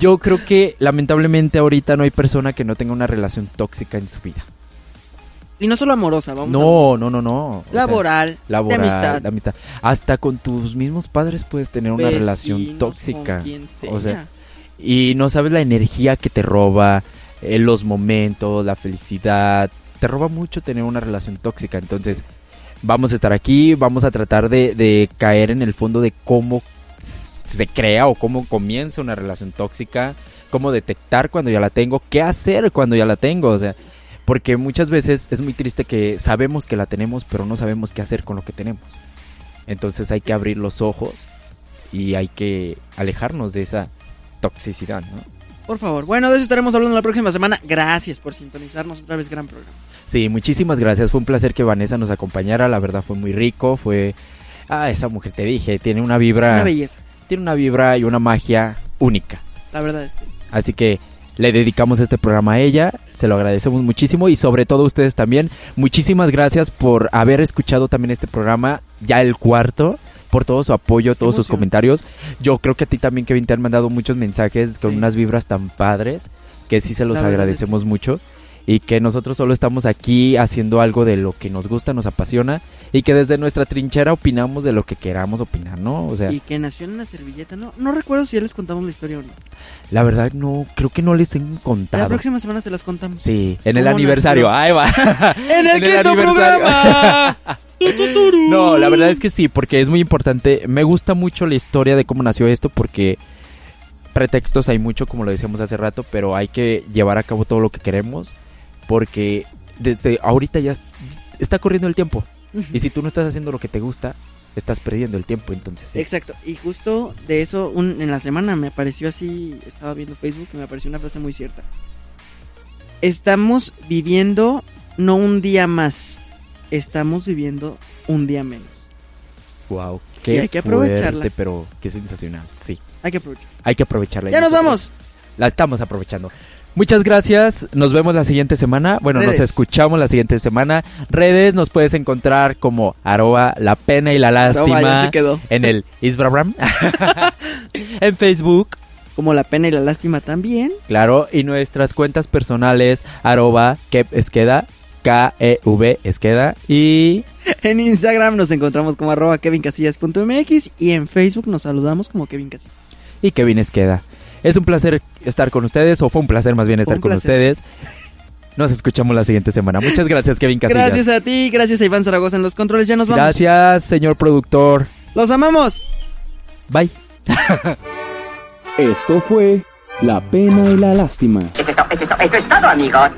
Yo creo que lamentablemente ahorita no hay persona que no tenga una relación tóxica en su vida.
Y no solo amorosa, vamos. a-
No, no, no, no. O sea,
laboral,
laboral,
de amistad.
de amistad. Hasta con tus mismos padres puedes tener una
vecinos,
relación
con
tóxica.
quien
O sea, Y no sabes la energía que te roba, eh, los momentos, la felicidad. Te roba mucho tener una relación tóxica. Entonces, vamos a estar aquí, vamos a tratar de, de caer en el fondo de cómo se crea o cómo comienza una relación tóxica, cómo detectar cuando ya la tengo, qué hacer cuando ya la tengo. O sea, porque muchas veces es muy triste que sabemos que la tenemos, pero no sabemos qué hacer con lo que tenemos. Entonces hay que abrir los ojos y hay que alejarnos de esa toxicidad, ¿no?
Por favor. Bueno, de eso estaremos hablando la próxima semana. Gracias por sintonizarnos otra vez. Gran programa.
Sí, muchísimas gracias. Fue un placer que Vanessa nos acompañara. La verdad fue muy rico. Fue. Ah, esa mujer, te dije, tiene una vibra.
Una belleza.
Tiene una vibra y una magia única.
La verdad es que.
Así que le dedicamos este programa a ella. Se lo agradecemos muchísimo y sobre todo a ustedes también. Muchísimas gracias por haber escuchado también este programa, ya el cuarto. Por todo su apoyo, todos sus
emoción.
comentarios. Yo creo que a ti también, Kevin, te han mandado muchos mensajes con
Sí.
unas vibras tan padres que sí se los
La verdad es que
agradecemos mucho. y que nosotros solo estamos aquí haciendo algo de lo que nos gusta, nos apasiona y que desde nuestra trinchera opinamos de lo que queramos opinar, ¿no? O sea,
Y que nació en una servilleta. No, no recuerdo si ya les contamos la historia o no.
la verdad no, creo que no les he contado.
La próxima semana se las contamos.
Sí, en el
¿Cómo
aniversario.
nació?
Ahí va.
En el quinto
aniversario.
programa.
no, la verdad es que sí, porque es muy importante. Me gusta mucho la historia de cómo nació esto porque pretextos hay mucho, como lo decíamos hace rato, pero hay que llevar a cabo todo lo que queremos porque desde ahorita ya es- está corriendo el tiempo. Y si tú no estás haciendo lo que te gusta, estás perdiendo el tiempo, entonces. sí.
Exacto, y justo de eso un- en la semana me apareció así, estaba viendo Facebook y me apareció una frase muy cierta. Estamos viviendo no un día más, estamos viviendo un día menos.
Wow,
Sí,
qué
hay que aprovecharla.
fuerte, pero qué sensacional. Sí.
Hay que aprovechar.
Hay que aprovecharla.
¡Ya nos
Nosotros
vamos!
La estamos aprovechando. Muchas gracias. Nos vemos la siguiente semana. Bueno,
Redes.
nos escuchamos la siguiente semana. Redes nos puedes encontrar como arroba la pena y la lástima.
Toma, ya se quedó.
En el Isbrabram. en Facebook.
Como la pena y la lástima también.
Claro. Y nuestras cuentas personales arroba Kev Esqueda. K-E-V Esqueda. Y
En Instagram nos encontramos como arroba kevincasillas.mx y en Facebook nos saludamos como Kevin Casillas.
y Kevin Esqueda. Es un placer estar con ustedes, o fue un placer más bien
Fue
estar
un
con
placer.
ustedes. Nos escuchamos la siguiente semana. Muchas gracias, Kevin Casillas.
Gracias a ti, gracias a Iván Zaragoza en los controles, ya nos vamos.
Gracias, señor productor.
Los amamos.
Bye.
Esto fue La Pena y la Lástima.
Eso es todo, eso es todo, amigos.